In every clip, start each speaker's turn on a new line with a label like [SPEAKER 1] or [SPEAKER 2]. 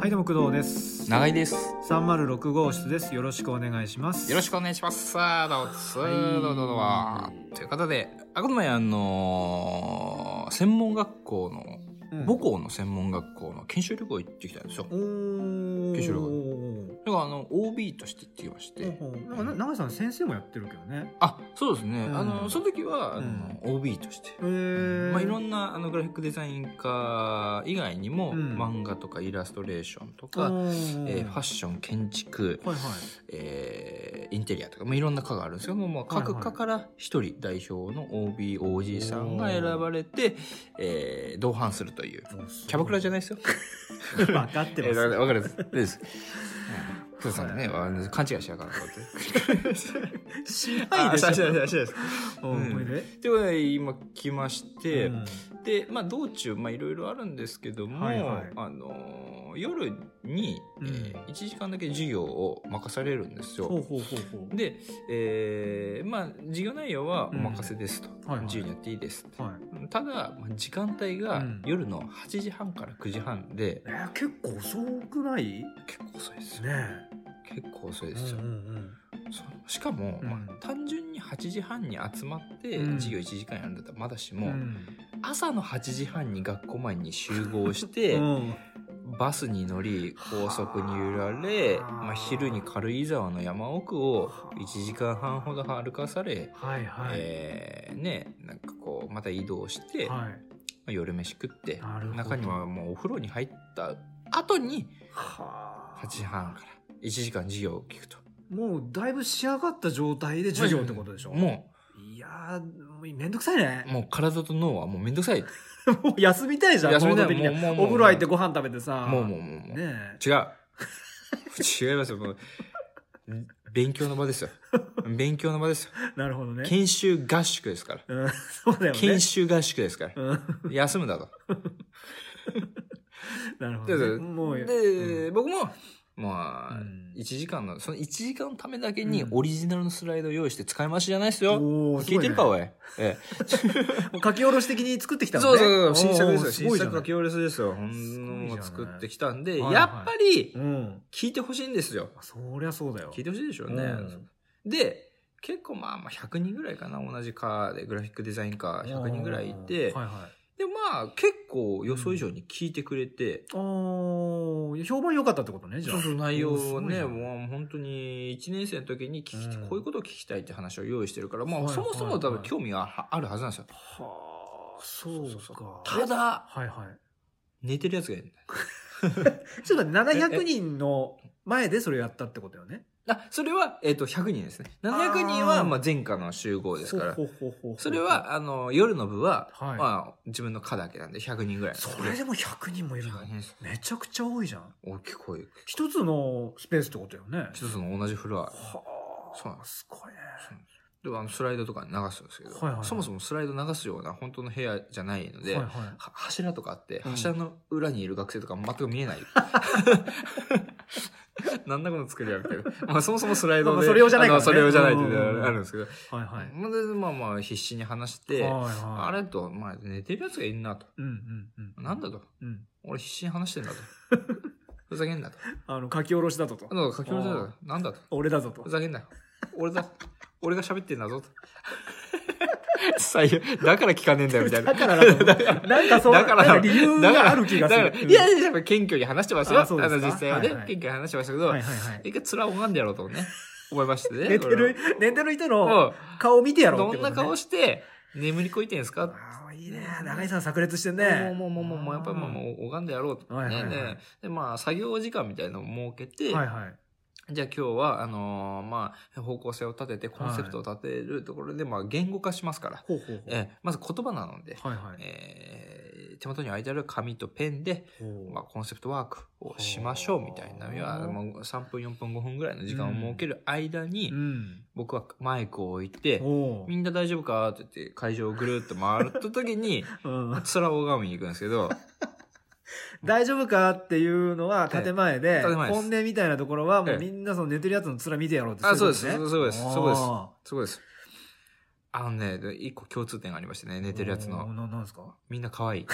[SPEAKER 1] はいどうも工藤です
[SPEAKER 2] 長井です。
[SPEAKER 1] 306号室ですよろしくお願いします
[SPEAKER 2] よろしくお願いします。さあ、どうぞ、
[SPEAKER 1] はい
[SPEAKER 2] どうぞどうぞ。ということで、あくまであのー専門学校の、
[SPEAKER 1] うん
[SPEAKER 2] 母校の専門学校の研修旅行行ってきたんですよ。
[SPEAKER 1] おー
[SPEAKER 2] 化粧だからあの、OB として行ってきまして。
[SPEAKER 1] ほうほうなんか長井さん先生もやってるけどね
[SPEAKER 2] あ、そうですね。
[SPEAKER 1] うん
[SPEAKER 2] あの、その時は、あの
[SPEAKER 1] う
[SPEAKER 2] OB として。
[SPEAKER 1] えー
[SPEAKER 2] まあ、いろんなあのグラフィックデザイン科以外にも、
[SPEAKER 1] うん
[SPEAKER 2] 漫画とかイラストレーションと
[SPEAKER 1] お
[SPEAKER 2] か、
[SPEAKER 1] ー
[SPEAKER 2] えーファッション建築、
[SPEAKER 1] はいはい
[SPEAKER 2] えーインテリアとか、まあ、いろんな科があるんですけども、まあ、各科から一人代表の OBOG さんが選ばれて、えー同伴するというキャバクラじゃ
[SPEAKER 1] な
[SPEAKER 2] ないですよ。
[SPEAKER 1] い 分かって
[SPEAKER 2] え
[SPEAKER 1] ます、
[SPEAKER 2] ーわかるです。です。ふうさんがね、わ勘違いしやがると思って。
[SPEAKER 1] しない
[SPEAKER 2] あ
[SPEAKER 1] でし
[SPEAKER 2] し
[SPEAKER 1] ょ
[SPEAKER 2] ないですしないです
[SPEAKER 1] うん
[SPEAKER 2] うん
[SPEAKER 1] これで
[SPEAKER 2] ということで、今来まして、
[SPEAKER 1] うん
[SPEAKER 2] で、まあ、道中、まあ、いろいろあるんですけども、
[SPEAKER 1] はいはい
[SPEAKER 2] あのー夜に、え
[SPEAKER 1] うん
[SPEAKER 2] 1時間だけ授業を任されるんですよ。
[SPEAKER 1] ほうほうほうほう
[SPEAKER 2] で、えーまあ授業内容はお任せですと、
[SPEAKER 1] はいはい
[SPEAKER 2] 自由にやっていいですって、
[SPEAKER 1] はい
[SPEAKER 2] ただまあ時間帯
[SPEAKER 1] う
[SPEAKER 2] が
[SPEAKER 1] ん
[SPEAKER 2] 夜の8時半から9時半で、
[SPEAKER 1] えー、結構遅くないね
[SPEAKER 2] 結構遅いですよ
[SPEAKER 1] え
[SPEAKER 2] 結構遅いですよ、
[SPEAKER 1] うんうん
[SPEAKER 2] そのしかも、
[SPEAKER 1] うん
[SPEAKER 2] まあ、単純に8時半に集まって
[SPEAKER 1] うん
[SPEAKER 2] 授業1時間やるんだったらまだし
[SPEAKER 1] うん
[SPEAKER 2] も、
[SPEAKER 1] うん
[SPEAKER 2] 朝の8時半に学校前に集合して、
[SPEAKER 1] うん
[SPEAKER 2] バスに乗り高速に揺られ、
[SPEAKER 1] はあ
[SPEAKER 2] まあ、昼に軽井沢の山奥を1時間半ほど歩かされ、
[SPEAKER 1] はいはい、
[SPEAKER 2] えーねなんかこうまた移動して、ま
[SPEAKER 1] はい
[SPEAKER 2] あ夜飯食って
[SPEAKER 1] なるほど
[SPEAKER 2] 中にはもうお風呂に入った後に
[SPEAKER 1] は
[SPEAKER 2] 8時半から1時間授業を聞くと
[SPEAKER 1] もうだいぶ仕上がった状態で授業ってことでしょ
[SPEAKER 2] も
[SPEAKER 1] ういやーもうめんどくさいね
[SPEAKER 2] うもう体と脳はもうめんどくさい
[SPEAKER 1] もう休みたいじゃん
[SPEAKER 2] 休み
[SPEAKER 1] 本
[SPEAKER 2] たい
[SPEAKER 1] 能的には
[SPEAKER 2] もうもうもう
[SPEAKER 1] お風呂入ってご飯食べてさ
[SPEAKER 2] もうもうもうもう、
[SPEAKER 1] ね
[SPEAKER 2] 違う 違いますよもう勉強の 場ですよ勉強の場ですよ
[SPEAKER 1] えなるほどね
[SPEAKER 2] 研修合宿ですから
[SPEAKER 1] うんそうだよね
[SPEAKER 2] 研修合宿ですから
[SPEAKER 1] うん
[SPEAKER 2] 休むん だと
[SPEAKER 1] なるほ
[SPEAKER 2] で
[SPEAKER 1] どね、
[SPEAKER 2] で
[SPEAKER 1] もう
[SPEAKER 2] で、
[SPEAKER 1] うん
[SPEAKER 2] 僕もまあ、
[SPEAKER 1] うん
[SPEAKER 2] 1時間のその1時間のためだけに
[SPEAKER 1] うん
[SPEAKER 2] オリジナルのスライドを用意して使い回しじゃないですよ、
[SPEAKER 1] おーす
[SPEAKER 2] 聞
[SPEAKER 1] ご
[SPEAKER 2] いてるか
[SPEAKER 1] ね
[SPEAKER 2] おい、ええ、
[SPEAKER 1] もう書き下ろし的に作ってきたの
[SPEAKER 2] そう
[SPEAKER 1] ね
[SPEAKER 2] そうそう新作で
[SPEAKER 1] お
[SPEAKER 2] すよ
[SPEAKER 1] ーすご
[SPEAKER 2] 新
[SPEAKER 1] いじゃ
[SPEAKER 2] 作
[SPEAKER 1] な
[SPEAKER 2] が
[SPEAKER 1] い
[SPEAKER 2] 強烈ですよほ
[SPEAKER 1] すごいじゃ
[SPEAKER 2] ん
[SPEAKER 1] ない
[SPEAKER 2] のを作ってきたんで、
[SPEAKER 1] はいはい
[SPEAKER 2] やっぱり
[SPEAKER 1] うん
[SPEAKER 2] 聞いてほしいんですよ
[SPEAKER 1] そりゃそうだよ
[SPEAKER 2] 聞いてほしいでしょうね、
[SPEAKER 1] うん
[SPEAKER 2] で結構まあまあ100人ぐらいかな同じ科でグラフィックデザイン科100人ぐらいいて、
[SPEAKER 1] はいはい
[SPEAKER 2] でまあ結構予想以上に聞いてくれて、
[SPEAKER 1] おー評判良かったってことねじゃあ
[SPEAKER 2] そうそう内容をね
[SPEAKER 1] おーすごいな
[SPEAKER 2] もう本当に1年生の時に聞き、
[SPEAKER 1] うん
[SPEAKER 2] こういうことを聞きたいって話を用意してるから、ま
[SPEAKER 1] はい
[SPEAKER 2] あ、そもそも多
[SPEAKER 1] はい
[SPEAKER 2] 分
[SPEAKER 1] はい
[SPEAKER 2] 興味がはあるはずなんですよ。
[SPEAKER 1] はあそう
[SPEAKER 2] そうそう
[SPEAKER 1] か
[SPEAKER 2] ただ
[SPEAKER 1] はいはい
[SPEAKER 2] 寝てるやつがいるんだよ
[SPEAKER 1] ちょっと待って700人の前でそれやったってことよね。
[SPEAKER 2] あそれは、えっと100人ですね
[SPEAKER 1] あー
[SPEAKER 2] 700人はまあ前科の集合ですから
[SPEAKER 1] ほうほうほうほう
[SPEAKER 2] それ、はあの夜の部は、
[SPEAKER 1] はい
[SPEAKER 2] まあ、自分の課だけなんで100人ぐらい
[SPEAKER 1] それでも100人もいるの
[SPEAKER 2] 100人です
[SPEAKER 1] めちゃくちゃ多いじゃん。
[SPEAKER 2] 大きく声
[SPEAKER 1] 一つのスペースってことよね。
[SPEAKER 2] 一つの同じフロア
[SPEAKER 1] はあ、
[SPEAKER 2] そうなんです
[SPEAKER 1] ごいね。
[SPEAKER 2] であのスライドとかに流すんですけど、
[SPEAKER 1] はいはいはい
[SPEAKER 2] そもそもスライド流すような本当の部屋じゃないので、
[SPEAKER 1] はいは
[SPEAKER 2] は柱とかあって、
[SPEAKER 1] うん
[SPEAKER 2] 柱の裏にいる学生とか全く見えない。 なんだこの作りはみたいな。まあそもそもスライド
[SPEAKER 1] まあ
[SPEAKER 2] で。
[SPEAKER 1] まあそれ用じゃないからね
[SPEAKER 2] あのそれ用じゃないって
[SPEAKER 1] うんうんうん
[SPEAKER 2] あるんですけど。
[SPEAKER 1] い。はいはい。
[SPEAKER 2] まあでまあまあ必死に話して、
[SPEAKER 1] はいはい
[SPEAKER 2] あれと、まあ寝てるやつがいんなと。
[SPEAKER 1] うんうんうん。
[SPEAKER 2] なんだと。
[SPEAKER 1] うん。
[SPEAKER 2] 俺必死に話してん だと。ふざけんなと。
[SPEAKER 1] あの、書き下ろしだとと
[SPEAKER 2] あ。と書き下ろしだと。なんだと。
[SPEAKER 1] 俺だぞと
[SPEAKER 2] ふ。ざけんなよ。俺だ。俺が喋ってんだ ぞと。最悪。だから聞かねえんだよみたいな。
[SPEAKER 1] だからなんか、
[SPEAKER 2] だから
[SPEAKER 1] なんかそう、
[SPEAKER 2] だから
[SPEAKER 1] なんか理由がある気がす
[SPEAKER 2] だから
[SPEAKER 1] る。
[SPEAKER 2] いやいや、やっぱ謙虚に話してますよ。
[SPEAKER 1] あ
[SPEAKER 2] あ
[SPEAKER 1] そう
[SPEAKER 2] の
[SPEAKER 1] ですか
[SPEAKER 2] 実際はね、
[SPEAKER 1] はいはい
[SPEAKER 2] 謙虚に話してましたけ
[SPEAKER 1] うん
[SPEAKER 2] ど、
[SPEAKER 1] はいはいはい。
[SPEAKER 2] 一回面拝んでやろうとね、思いましてね。
[SPEAKER 1] 寝てる、寝てる人
[SPEAKER 2] 俺
[SPEAKER 1] の
[SPEAKER 2] は
[SPEAKER 1] 顔を見てや
[SPEAKER 2] うん。
[SPEAKER 1] ろうっ
[SPEAKER 2] ど
[SPEAKER 1] て
[SPEAKER 2] ん
[SPEAKER 1] こと、
[SPEAKER 2] な
[SPEAKER 1] ね。
[SPEAKER 2] 顔して、眠りこいてんすか
[SPEAKER 1] ああ、いいね。長井さん炸裂してんね。
[SPEAKER 2] もうもうもうもうもうやっぱりもうもう拝んでやろうと、
[SPEAKER 1] はいはい
[SPEAKER 2] ね
[SPEAKER 1] はい
[SPEAKER 2] ででまあ作業時間みたいなのを設けて、
[SPEAKER 1] はいはい。
[SPEAKER 2] じゃあ今日はあのーまあ方向性を立ててコンセプトを立てるところで、まあ言語化しますから、
[SPEAKER 1] ほうほう
[SPEAKER 2] えまず言葉なので、
[SPEAKER 1] ほう。はいはい。
[SPEAKER 2] えー手元に置いてある紙とペンで
[SPEAKER 1] ほう
[SPEAKER 2] まあ、コンセプトワークをしましょうみたいな、
[SPEAKER 1] ほう
[SPEAKER 2] いやもう3分、4分、5分ぐらいの時間を設ける間に、
[SPEAKER 1] うん。
[SPEAKER 2] 僕はマイクを置いて、
[SPEAKER 1] おう
[SPEAKER 2] みんな大丈夫かって言って会場をぐるっと回った時 に、
[SPEAKER 1] うん
[SPEAKER 2] 空を拝みに行くんですけど、
[SPEAKER 1] 大丈夫かっていうのは建前で、
[SPEAKER 2] ええ建前です
[SPEAKER 1] 本音みたいなところはもう
[SPEAKER 2] ええ
[SPEAKER 1] みんなその寝てるやつの面見てやろうって
[SPEAKER 2] あ
[SPEAKER 1] いこと
[SPEAKER 2] そうですそうですそうです
[SPEAKER 1] あ
[SPEAKER 2] そうです。あのね、で一個共通点がありましてね、
[SPEAKER 1] ー
[SPEAKER 2] 寝てるやつ
[SPEAKER 1] おー
[SPEAKER 2] の、
[SPEAKER 1] ななんですか
[SPEAKER 2] みんな可愛い。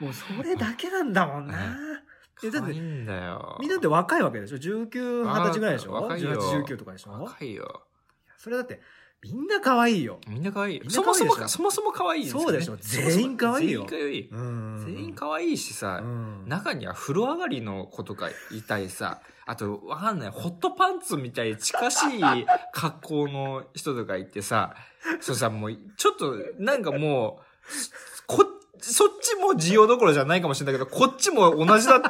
[SPEAKER 1] もうそれだけなんだもんな。 えだ
[SPEAKER 2] 可
[SPEAKER 1] って
[SPEAKER 2] 愛いんだよ。
[SPEAKER 1] みんなって若いわけでしょ ?19、20歳ぐらいでしょ
[SPEAKER 2] あー若いよ
[SPEAKER 1] ?18、19とかでしょ
[SPEAKER 2] 若いよ。
[SPEAKER 1] それだって、みんな可愛いよ。
[SPEAKER 2] みんな可愛いよ
[SPEAKER 1] みんな
[SPEAKER 2] そ
[SPEAKER 1] 可
[SPEAKER 2] も
[SPEAKER 1] 愛いで
[SPEAKER 2] そ
[SPEAKER 1] しょ
[SPEAKER 2] もか、そもそも可愛いですよね
[SPEAKER 1] そうでしょ全員可愛いよ
[SPEAKER 2] 全員可愛い。
[SPEAKER 1] うん
[SPEAKER 2] 全員可愛いしさ、
[SPEAKER 1] うん
[SPEAKER 2] 中には風呂上がりの子とかいたり さ、あと、わかんない、ホットパンツみたいに近し い格好の人とかいてさ、そうさ、もう、ちょっと、なんかもう、こ、そっちも需要どころじゃないかもしれないけど、こっちも同じだって。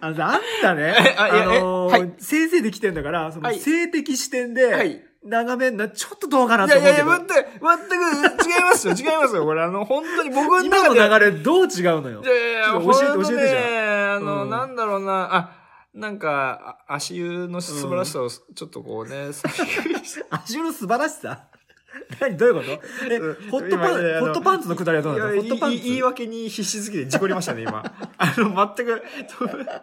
[SPEAKER 1] あのあんたね
[SPEAKER 2] え、あいや
[SPEAKER 1] あの
[SPEAKER 2] えは
[SPEAKER 1] ー、先生できてんだから、その
[SPEAKER 2] はい
[SPEAKER 1] 性的視点
[SPEAKER 2] は
[SPEAKER 1] で、
[SPEAKER 2] い。
[SPEAKER 1] 眺めんな、ちょっとどうかないと
[SPEAKER 2] やい
[SPEAKER 1] 思う
[SPEAKER 2] やい
[SPEAKER 1] け
[SPEAKER 2] や、
[SPEAKER 1] ど
[SPEAKER 2] 全、く、全く違いますよ、違いますよ。これ、あの、本当に僕の
[SPEAKER 1] 今
[SPEAKER 2] 中
[SPEAKER 1] の
[SPEAKER 2] で。
[SPEAKER 1] 流れどう違うのよ
[SPEAKER 2] い。やいやいや、
[SPEAKER 1] ちょっと教えて
[SPEAKER 2] ほんとね
[SPEAKER 1] 教えてじ
[SPEAKER 2] あの、
[SPEAKER 1] うん
[SPEAKER 2] なんだろうな、あ、なんか、あ足湯の素晴らしさを、ちょっとこうね、さ
[SPEAKER 1] 足の素晴らしさ 何どういうことえ
[SPEAKER 2] うん、
[SPEAKER 1] ホットパン
[SPEAKER 2] 今ね
[SPEAKER 1] ツ、
[SPEAKER 2] あ
[SPEAKER 1] ホ
[SPEAKER 2] の
[SPEAKER 1] ットパンツのくだりはどうなの
[SPEAKER 2] い
[SPEAKER 1] ホ
[SPEAKER 2] や
[SPEAKER 1] ットパン
[SPEAKER 2] いい言い
[SPEAKER 1] ツ。
[SPEAKER 2] 訳に必死すぎて事故りましたね、今。 あの、全く。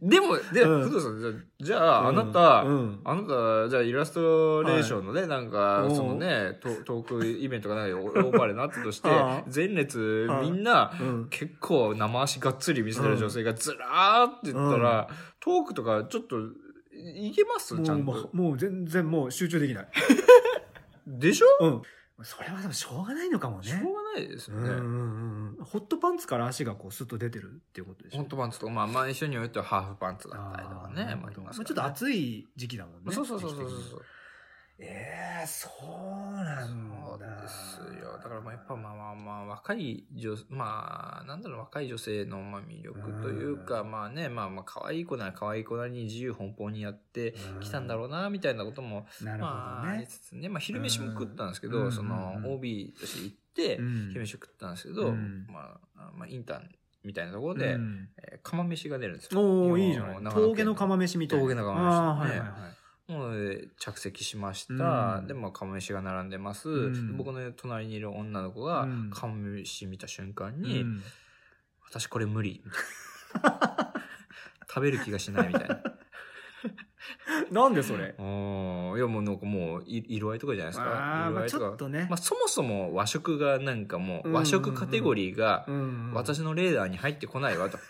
[SPEAKER 2] でも、で、
[SPEAKER 1] うん
[SPEAKER 2] 工藤さん、じゃあじゃあ、あ
[SPEAKER 1] うん
[SPEAKER 2] なた、
[SPEAKER 1] うん
[SPEAKER 2] あなた、じゃあ、イラストレーションのね、なんか
[SPEAKER 1] う、ん
[SPEAKER 2] そのね、トトークイベントがなんかで、 オーバーレになったとして
[SPEAKER 1] はあ、
[SPEAKER 2] 前列
[SPEAKER 1] はあ
[SPEAKER 2] みんな、
[SPEAKER 1] うん
[SPEAKER 2] 結構生足がっつり見せてる女性がずらーって言ったら、トークとかちょっと、いけますちゃ
[SPEAKER 1] もうんも
[SPEAKER 2] と
[SPEAKER 1] う、。もう全然もう集中できない。
[SPEAKER 2] でしょ
[SPEAKER 1] うん。それはでもしょうがないのかもね。
[SPEAKER 2] しょうがないですよ
[SPEAKER 1] うんうん
[SPEAKER 2] ね。
[SPEAKER 1] うんうん。ホットパンツから足がこうスッと出てるっていうことでしょ。
[SPEAKER 2] ホットパンツとか、まあ、まあ、一緒によってはハーフパンツだったりとか
[SPEAKER 1] あー
[SPEAKER 2] ね。
[SPEAKER 1] ま
[SPEAKER 2] まあ
[SPEAKER 1] あ
[SPEAKER 2] い
[SPEAKER 1] ち
[SPEAKER 2] ます
[SPEAKER 1] ょ
[SPEAKER 2] からね
[SPEAKER 1] っと暑い時期だもんね。
[SPEAKER 2] まあそうそうそうそう
[SPEAKER 1] 時期的
[SPEAKER 2] そ
[SPEAKER 1] に
[SPEAKER 2] う。
[SPEAKER 1] ええそうなんだ。
[SPEAKER 2] そうですよ。だからまあやっぱまあまあまあ若い女、まあなんだろう若い女性のまあ魅力というか、
[SPEAKER 1] う
[SPEAKER 2] まあね、まあまあ可愛い子なら可愛い子なりに自由奔放にやってきたんだろうな、みたいなことも、
[SPEAKER 1] うん。なる
[SPEAKER 2] ま
[SPEAKER 1] ほ
[SPEAKER 2] あ
[SPEAKER 1] ど
[SPEAKER 2] あり
[SPEAKER 1] ね。
[SPEAKER 2] つつね、まあ昼飯も食ったんですけ
[SPEAKER 1] うんう
[SPEAKER 2] ど、
[SPEAKER 1] ん
[SPEAKER 2] その
[SPEAKER 1] うん
[SPEAKER 2] OB として行って
[SPEAKER 1] う、ん
[SPEAKER 2] 昼飯食ったんですけど、
[SPEAKER 1] うん
[SPEAKER 2] まあ、まあインターンみたいなところで、
[SPEAKER 1] うん
[SPEAKER 2] えー釜飯が出るんですよ。
[SPEAKER 1] おおいいじゃない。
[SPEAKER 2] 長野県
[SPEAKER 1] 峠の釜飯みたいな。
[SPEAKER 2] 峠の釜飯ですね
[SPEAKER 1] あーはいはいはい。
[SPEAKER 2] もう着席しました。
[SPEAKER 1] うん
[SPEAKER 2] で、まあ、釜飯が並んでます。
[SPEAKER 1] うん
[SPEAKER 2] で僕の隣にいる女の子が
[SPEAKER 1] うん、
[SPEAKER 2] 釜飯見た瞬間
[SPEAKER 1] う
[SPEAKER 2] に、
[SPEAKER 1] ん
[SPEAKER 2] 私これ無理。みたいな 食べる気がしないみたいな。
[SPEAKER 1] なんでそれ
[SPEAKER 2] うんいや、もうなんかもう、い色合いとかじゃないですか。
[SPEAKER 1] あー
[SPEAKER 2] 色
[SPEAKER 1] ま
[SPEAKER 2] 合
[SPEAKER 1] あ
[SPEAKER 2] い
[SPEAKER 1] ち
[SPEAKER 2] とか。
[SPEAKER 1] ょっとね
[SPEAKER 2] まあ、。そもそも和食がなんか
[SPEAKER 1] うんう
[SPEAKER 2] も
[SPEAKER 1] ん
[SPEAKER 2] う、
[SPEAKER 1] うん
[SPEAKER 2] 和食カテゴリーが、
[SPEAKER 1] うん
[SPEAKER 2] 私のレーダーに入ってこな いわ、と。っ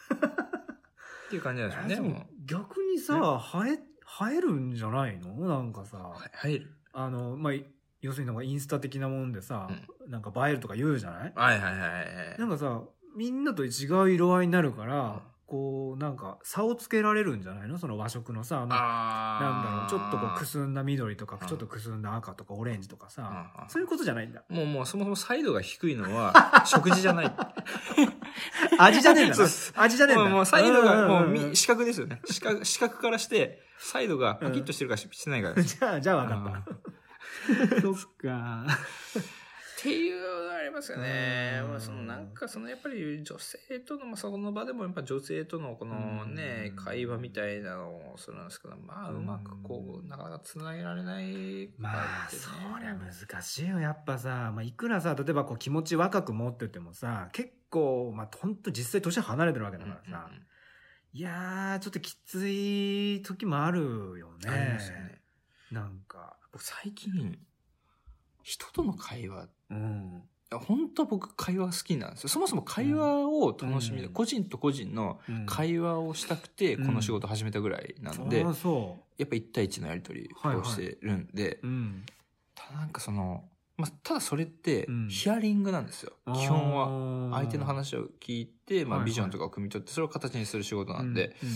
[SPEAKER 2] ていう感じなんです
[SPEAKER 1] えで
[SPEAKER 2] よね。
[SPEAKER 1] も
[SPEAKER 2] もう
[SPEAKER 1] 逆にさ、生え、生えるんじゃないのなんかさ、
[SPEAKER 2] はい入る。
[SPEAKER 1] あの、まあ、い要するになんかインスタ的なもんでさ、なんか映えるとか言うじゃない
[SPEAKER 2] はいはいはいはい。
[SPEAKER 1] なんかさ、みんなと違う色合いになるから、こう、なんか差をつけられるんじゃないのその和食のさ、あのなんだろ
[SPEAKER 2] あー
[SPEAKER 1] う、ちょっとこうくすんだ緑とか
[SPEAKER 2] う、ん
[SPEAKER 1] ちょっとくすんだ赤とかオレンジとかさ、
[SPEAKER 2] うんうん
[SPEAKER 1] そういうことじゃないんだ。
[SPEAKER 2] もうもうそもそもサイドが低いの は食事じゃない。
[SPEAKER 1] 味じゃねえんだ
[SPEAKER 2] そう
[SPEAKER 1] な
[SPEAKER 2] っす。
[SPEAKER 1] 味じゃねえんだ
[SPEAKER 2] もう
[SPEAKER 1] な。
[SPEAKER 2] もうサイドがもうん
[SPEAKER 1] んん
[SPEAKER 2] み視覚ですよね。視覚視覚からしてサイドがパキッとしてるかししてないか です。
[SPEAKER 1] じゃあ、じゃあ分
[SPEAKER 2] うん
[SPEAKER 1] か
[SPEAKER 2] っ
[SPEAKER 1] った。 そっか。
[SPEAKER 2] ていうのがありますよね。
[SPEAKER 1] うん
[SPEAKER 2] まあそのなんかそのやっぱり女性とのまあそこの場でもやっぱ女性とのこのね
[SPEAKER 1] うん
[SPEAKER 2] 会話みたいなのをするんですけど、まあうまくこ
[SPEAKER 1] う
[SPEAKER 2] うんなかなか繋げられない。
[SPEAKER 1] まあ、
[SPEAKER 2] です
[SPEAKER 1] そ
[SPEAKER 2] ね
[SPEAKER 1] りゃ難しいよ。やっぱさ、まあ、いくらさ、例えばこう気持ち若く持っててもさ、結構、まあ、ほんと実際年離れてるわけだから
[SPEAKER 2] うんうん
[SPEAKER 1] さ、いやー、ちょっときつい時もあるよ
[SPEAKER 2] うんありますよ
[SPEAKER 1] ね。
[SPEAKER 2] ね。
[SPEAKER 1] なんか。
[SPEAKER 2] 僕最近人との会話
[SPEAKER 1] うん。
[SPEAKER 2] いや本当は僕会話好きなんですよそもそも会話を楽しみ、
[SPEAKER 1] うん
[SPEAKER 2] 個人と個人の会話をしたくて
[SPEAKER 1] うん
[SPEAKER 2] この仕事始めたぐらいなの
[SPEAKER 1] あ
[SPEAKER 2] で、や
[SPEAKER 1] あ、
[SPEAKER 2] っ
[SPEAKER 1] そ
[SPEAKER 2] ぱ一対一のやり取りをしてるんで、
[SPEAKER 1] う。うん。
[SPEAKER 2] ただなんかその、まあ、ただそれって
[SPEAKER 1] うん
[SPEAKER 2] ヒアリングなんですよ、基本は
[SPEAKER 1] は
[SPEAKER 2] 相手の話を聞いて、
[SPEAKER 1] はい
[SPEAKER 2] まあ、
[SPEAKER 1] はい
[SPEAKER 2] ビジョンとかを汲み取ってそれを形にする仕事なんで、
[SPEAKER 1] うん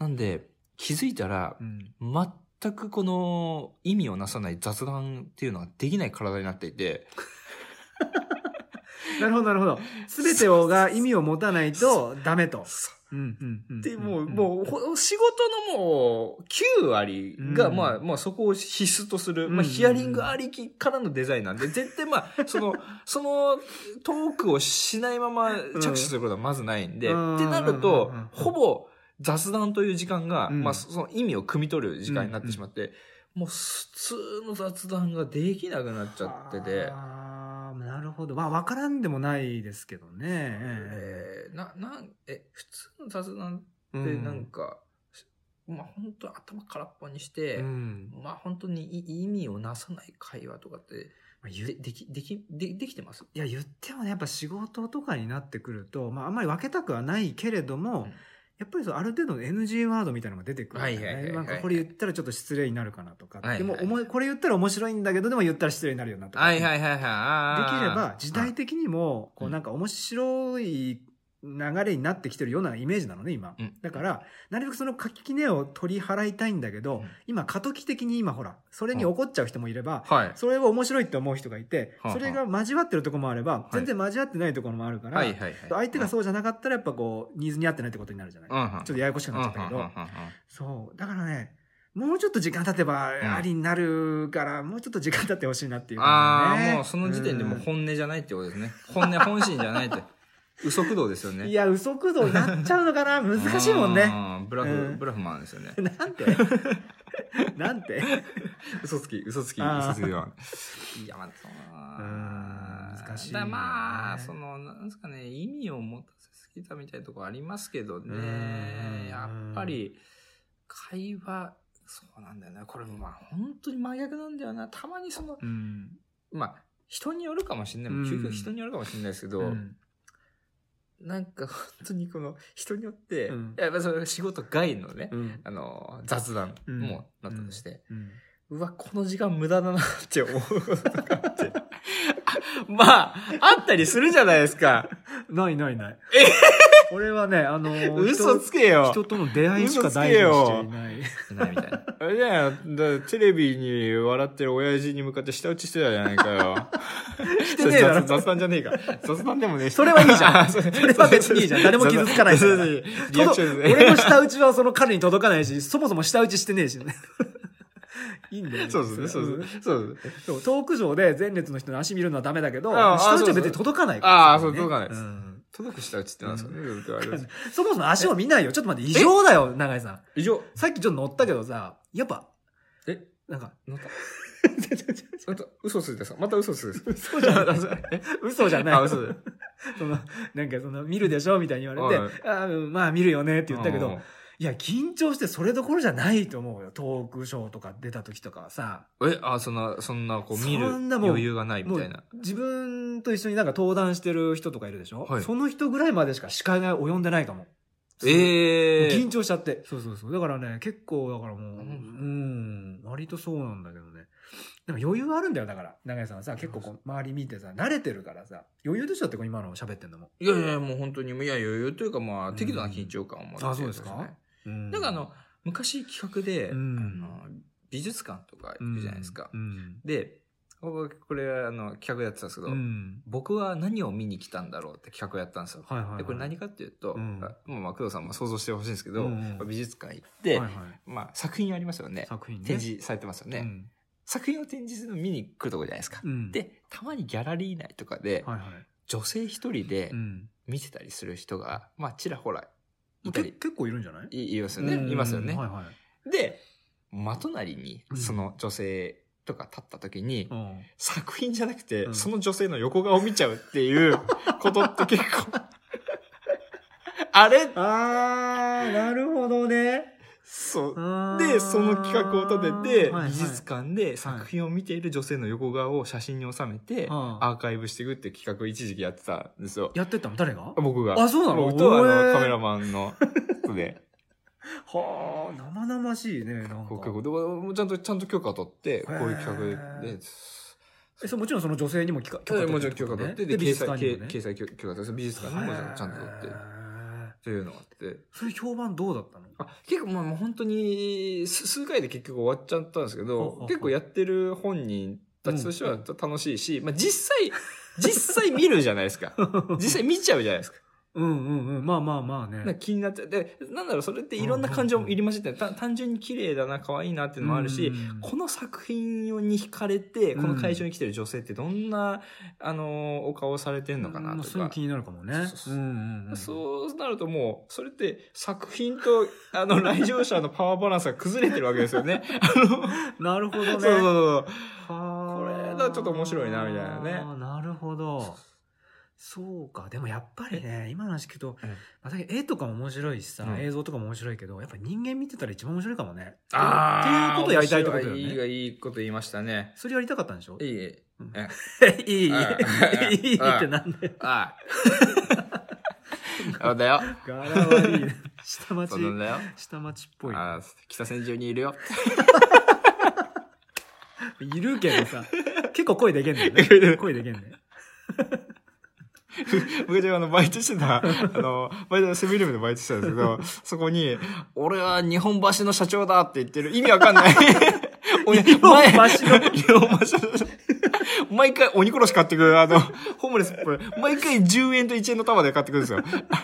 [SPEAKER 2] なんで気づいたら
[SPEAKER 1] うんうん
[SPEAKER 2] 全くこの意味をなさない雑談っていうのができない体になっていて
[SPEAKER 1] なるほど、なるほど。すべてをが意味を持たないとダメと。うんうんうん。
[SPEAKER 2] で、
[SPEAKER 1] ん
[SPEAKER 2] もう、
[SPEAKER 1] ん
[SPEAKER 2] もうほ、仕事のもう、9割が、
[SPEAKER 1] うん
[SPEAKER 2] まあ、まあ、そこを必須とする、
[SPEAKER 1] うん
[SPEAKER 2] まあ、ヒアリングありきからのデザインなん で、絶対まあ、その、その、トークをしないまま着手することはまずないんで、
[SPEAKER 1] うん
[SPEAKER 2] ってなると
[SPEAKER 1] うん、
[SPEAKER 2] ほぼ雑談という時間が、
[SPEAKER 1] うん
[SPEAKER 2] まあ、その意味を汲み取る時間になってしまって、もう、普通の雑談ができなくなっちゃってて、
[SPEAKER 1] あーなるほど。まあ、わからんでもないですけどね。え
[SPEAKER 2] えーな、なん、え、普通の雑談
[SPEAKER 1] え
[SPEAKER 2] でなん、か、まあ本当に頭空っぽにして、
[SPEAKER 1] うん
[SPEAKER 2] まあ本当にい意味をなさない会話とかって
[SPEAKER 1] まあ言
[SPEAKER 2] で
[SPEAKER 1] う
[SPEAKER 2] でき、でき、でできてます
[SPEAKER 1] いや、言ってもね、やっぱ仕事とかになってくると、まあ、あんまり分けたくはないけれども、
[SPEAKER 2] うん
[SPEAKER 1] やっぱりそう、ある程度の NG ワードみたいなのが出てくるんだよね、
[SPEAKER 2] はいはいはいはい
[SPEAKER 1] なんか、これ言ったらちょっと失礼になるかなとか。
[SPEAKER 2] はいはい
[SPEAKER 1] でも、おも、これ言ったら面白いんだけど、でも言ったら失礼になるよなとか。。
[SPEAKER 2] はいはいいはいはい。でき
[SPEAKER 1] できれば、時代
[SPEAKER 2] 的
[SPEAKER 1] 的にも、こ
[SPEAKER 2] う
[SPEAKER 1] う、
[SPEAKER 2] ん
[SPEAKER 1] なんか面白い流れになってきてるようなイメージなのね、今。
[SPEAKER 2] うん
[SPEAKER 1] だから、なるべくその垣根を取り払いたいんだけど、
[SPEAKER 2] うん
[SPEAKER 1] 今、過渡期的に今、ほら、それに怒っちゃう人もいれば、
[SPEAKER 2] はい。
[SPEAKER 1] それを面白いって思う人がいて
[SPEAKER 2] はあはあ、
[SPEAKER 1] それが交わってるところもあれば
[SPEAKER 2] い、
[SPEAKER 1] 全然交わってないところもあるから
[SPEAKER 2] は、いはいはい。
[SPEAKER 1] 相手がそうじゃなかったらやっぱこう、ニーズに合ってないってことになるじゃない。ち
[SPEAKER 2] う
[SPEAKER 1] ょ
[SPEAKER 2] ん、うんうん。
[SPEAKER 1] っとややこしくなっちゃったけ
[SPEAKER 2] うんう
[SPEAKER 1] ど
[SPEAKER 2] ん。うんうんうん
[SPEAKER 1] そう。だからね、もうちょっと時間経てば
[SPEAKER 2] ん
[SPEAKER 1] ありになるから、もうちょっと時間経ってほしいなっていう、
[SPEAKER 2] ああ、もうその時点でもう本音じゃないってことですね。本音、本心じゃないって。嘘駆動ですよ
[SPEAKER 1] う
[SPEAKER 2] ね。
[SPEAKER 1] んいや、嘘くどになっちゃうのかな難しいもんね。
[SPEAKER 2] あー。ブラ
[SPEAKER 1] う
[SPEAKER 2] フ、
[SPEAKER 1] ん。
[SPEAKER 2] ブラフマンですよね
[SPEAKER 1] なん てなんて
[SPEAKER 2] 嘘つき、嘘つき、
[SPEAKER 1] あー
[SPEAKER 2] 嘘つきでは。いや、まあ、そ
[SPEAKER 1] うん
[SPEAKER 2] の
[SPEAKER 1] 難しい
[SPEAKER 2] だ
[SPEAKER 1] よね
[SPEAKER 2] まあ、その、なんですかね、意味を持たせすぎたみたいなところありますけど
[SPEAKER 1] うん
[SPEAKER 2] ね。やっぱり、会話、そうなんだよね。これもまあ、本当に真逆なんだよな。たまにその、
[SPEAKER 1] うん。
[SPEAKER 2] まあ、人によるかもしれない。
[SPEAKER 1] うん
[SPEAKER 2] 究極人によるかもしれないですけど、
[SPEAKER 1] うん
[SPEAKER 2] なんか本当にこの人によって、
[SPEAKER 1] うん
[SPEAKER 2] やっぱそれ仕事外のね、
[SPEAKER 1] うん
[SPEAKER 2] あの、雑談
[SPEAKER 1] うん
[SPEAKER 2] もなったとして、
[SPEAKER 1] うん
[SPEAKER 2] うわ、この時間無駄だなって思うことがあって。 まあ、あったりするじゃないですか。
[SPEAKER 1] ないないない。俺はね、あのー、
[SPEAKER 2] 嘘つけよ。
[SPEAKER 1] 人との出会いしか大事にしていない。
[SPEAKER 2] ないみたいな。あれだよ、だテレビに笑ってる親父に向かって舌打ちしてたじゃないかよ。
[SPEAKER 1] してねえだろ
[SPEAKER 2] 雑雑談じゃねえか。雑談でもねえし
[SPEAKER 1] それはいいじゃん
[SPEAKER 2] あそ れ
[SPEAKER 1] それは別にいいじゃん誰も傷つかないから
[SPEAKER 2] そうそうそうリアクションですね
[SPEAKER 1] 俺の舌打ちはその彼に届かないし、そもそも舌打ちしてねえし ね。いいんだよね。
[SPEAKER 2] そうですね、そうですね。そうですね。
[SPEAKER 1] そうトーク上で前列の人の足見るのはダメだけど、
[SPEAKER 2] ああ
[SPEAKER 1] 舌打ちは別に届かないから。
[SPEAKER 2] ああそう届かないです
[SPEAKER 1] ん
[SPEAKER 2] 届く舌打ちってなんですかね、よくあれです
[SPEAKER 1] そもそも足を見ないよ。ちょっと待って、異常だよ、永井さん。
[SPEAKER 2] 以上。
[SPEAKER 1] さっきちょっと乗ったけどさ、やっぱ、
[SPEAKER 2] え
[SPEAKER 1] なんか、
[SPEAKER 2] 乗った。また嘘ついてさ、また嘘ついて さ。嘘
[SPEAKER 1] じゃな
[SPEAKER 2] え
[SPEAKER 1] 嘘じゃない。
[SPEAKER 2] あ、嘘だよ。
[SPEAKER 1] その、なんかその、見るでしょみたいに言われて、ああうんまあ見るよねって言ったけ
[SPEAKER 2] う
[SPEAKER 1] ど
[SPEAKER 2] ん、。
[SPEAKER 1] いや、緊張してそれどころじゃないと思うよ。トークショーとか出た時とかはさ、
[SPEAKER 2] え、あ、そんな、そんな、こう、見る
[SPEAKER 1] そんなもう
[SPEAKER 2] 余裕がないみ
[SPEAKER 1] も
[SPEAKER 2] たいうな。
[SPEAKER 1] 自分と一緒になんか登壇してる人とかいるでしょ、
[SPEAKER 2] はい
[SPEAKER 1] その人ぐらいまでしか視界が及んでないかも。
[SPEAKER 2] ええ
[SPEAKER 1] 緊張しちゃって。そうそうそう。だからね、結構、だからもう、
[SPEAKER 2] う
[SPEAKER 1] うんん、割とそうなんだけどね。でも余裕あるんだよ、だから。長井さんはさ、結構こう、周り見てさ、慣れてるからさ、余裕でしょってこう今の喋ってんのも。
[SPEAKER 2] いやいや、もう本当に、いや、余裕というか、まあ、
[SPEAKER 1] うん
[SPEAKER 2] 適度な緊張感を持って
[SPEAKER 1] あそうですか
[SPEAKER 2] ね
[SPEAKER 1] うん
[SPEAKER 2] なんかあの、、昔企画で、
[SPEAKER 1] うん
[SPEAKER 2] あの美術館とか行くじゃないですか
[SPEAKER 1] う。ん。
[SPEAKER 2] で、僕これ、あの、企画やってたんですけど、
[SPEAKER 1] うん。
[SPEAKER 2] 僕は何を見に来たんだろうって企画やったんですよ。
[SPEAKER 1] はいはい、はい。
[SPEAKER 2] で、これ何かっていうと、
[SPEAKER 1] うん
[SPEAKER 2] あまあ、まあ、工藤さんも想像してほしいんですけど、
[SPEAKER 1] うん
[SPEAKER 2] まあ美術館行って、
[SPEAKER 1] はいはい
[SPEAKER 2] まあ、作品ありますよね。
[SPEAKER 1] 作品ね。
[SPEAKER 2] 展示されてますよね。
[SPEAKER 1] うん
[SPEAKER 2] 作品を展示するの見に来るとこじゃないですか。
[SPEAKER 1] うん、
[SPEAKER 2] で、たまにギャラリー内とかで、
[SPEAKER 1] はいはい。
[SPEAKER 2] 女性一人で
[SPEAKER 1] うん。
[SPEAKER 2] 見てたりする人が、まあ、ちらほらいた
[SPEAKER 1] け
[SPEAKER 2] り、
[SPEAKER 1] 結構いるんじゃない
[SPEAKER 2] いいますよね。いますよね。
[SPEAKER 1] はいはい。
[SPEAKER 2] で、真隣に
[SPEAKER 1] う、ん
[SPEAKER 2] その女性とか立った時に、
[SPEAKER 1] うん。
[SPEAKER 2] 作品じゃなくて、
[SPEAKER 1] うん
[SPEAKER 2] その女性の横顔を見ちゃうっていう ことって結構、あれ
[SPEAKER 1] あー、なるほどね。
[SPEAKER 2] そう。
[SPEAKER 1] あー
[SPEAKER 2] で、その企画を立てて、
[SPEAKER 1] はいはい
[SPEAKER 2] 美術館で作品を見ている女性の横顔を写真に収めて、
[SPEAKER 1] うん
[SPEAKER 2] アーカイブしていくっていう企画を一時期やってたんですよ。
[SPEAKER 1] やってったの誰が
[SPEAKER 2] 僕が。
[SPEAKER 1] あそうなの
[SPEAKER 2] 僕とあ
[SPEAKER 1] へ
[SPEAKER 2] の
[SPEAKER 1] ー
[SPEAKER 2] カメラマンの 人で。
[SPEAKER 1] はあ、生々しいね、なんか
[SPEAKER 2] こう。結構でもちゃんと、ちゃんと許可取って、こういう企画
[SPEAKER 1] へ
[SPEAKER 2] で。
[SPEAKER 1] えそうもちろんその女性にも許可
[SPEAKER 2] で
[SPEAKER 1] 取って
[SPEAKER 2] もちろん許可取って、で、
[SPEAKER 1] で、美
[SPEAKER 2] 掲
[SPEAKER 1] 術
[SPEAKER 2] 載、
[SPEAKER 1] 館にも
[SPEAKER 2] 掲
[SPEAKER 1] ね。
[SPEAKER 2] 掲載許可取って、美術館にもちゃんと取って
[SPEAKER 1] へ、ー
[SPEAKER 2] というのがあって。
[SPEAKER 1] それ評判どうだったの
[SPEAKER 2] あ結構まあもう本当に数数回で結局終わっちゃったんですけ
[SPEAKER 1] ほうほうほ
[SPEAKER 2] ど
[SPEAKER 1] う
[SPEAKER 2] 結構やってる本人たちとして
[SPEAKER 1] う
[SPEAKER 2] は
[SPEAKER 1] ん
[SPEAKER 2] 楽しいし、まあ、実際実際見るじゃない ですか実際見ちゃうじゃないですか
[SPEAKER 1] うんうんうん。まあまあまあ
[SPEAKER 2] なん
[SPEAKER 1] ね
[SPEAKER 2] か。気になっちゃうでなんだろうそれっていろんな感情も入り混じってた単純に綺麗だな可愛いなっていうのもあるし、
[SPEAKER 1] うん
[SPEAKER 2] この作品に惹かれてこの会場に来てる女性ってどんな、あのお顔をされてんのかなと
[SPEAKER 1] うん
[SPEAKER 2] か、
[SPEAKER 1] そういう気になるかもね。
[SPEAKER 2] そうそうそう
[SPEAKER 1] うんうんうん
[SPEAKER 2] そうなるともう、それって作 品と、あの、来場者のパワーバランスが崩れてるわけですよね。あの、
[SPEAKER 1] なるほどね。
[SPEAKER 2] そうそうそう。
[SPEAKER 1] こ
[SPEAKER 2] これだとちょっと面白いなみたいなね
[SPEAKER 1] なるほど。そうか。でもやっぱりね、今の話聞くと、
[SPEAKER 2] うん
[SPEAKER 1] まあ、絵とかも面白いしさ、
[SPEAKER 2] うん
[SPEAKER 1] 映像とかも面白いけど、やっぱ人間見てたら一番面白いかもね。
[SPEAKER 2] あ
[SPEAKER 1] っていうことやりたいってことだよ
[SPEAKER 2] いい
[SPEAKER 1] ね。
[SPEAKER 2] がいいこと言いましたね。
[SPEAKER 1] それやりたかったんでしょ
[SPEAKER 2] い
[SPEAKER 1] い
[SPEAKER 2] いえ。
[SPEAKER 1] い、 いい、いい
[SPEAKER 2] うん
[SPEAKER 1] ってなんで。
[SPEAKER 2] あ あ。そうだよ。
[SPEAKER 1] 柄悪 いね。下町
[SPEAKER 2] そう、なんだよ。
[SPEAKER 1] 下町っぽい。
[SPEAKER 2] ああ、北千住にいるよ。
[SPEAKER 1] いるけど さ、結構声でけんだよね。声でけんね。
[SPEAKER 2] 僕があの、バイトして た、あの、バイト、セブンイレブンでバイトしてたんですけど、そこに、俺は日本橋の社長だって言ってる。意味わか んない。俺
[SPEAKER 1] 日本橋の
[SPEAKER 2] 前日本橋の毎回鬼殺し買ってくる、あの、ホームレス、これ、毎回10円と1円の束で買ってくるんですよ。そういうこ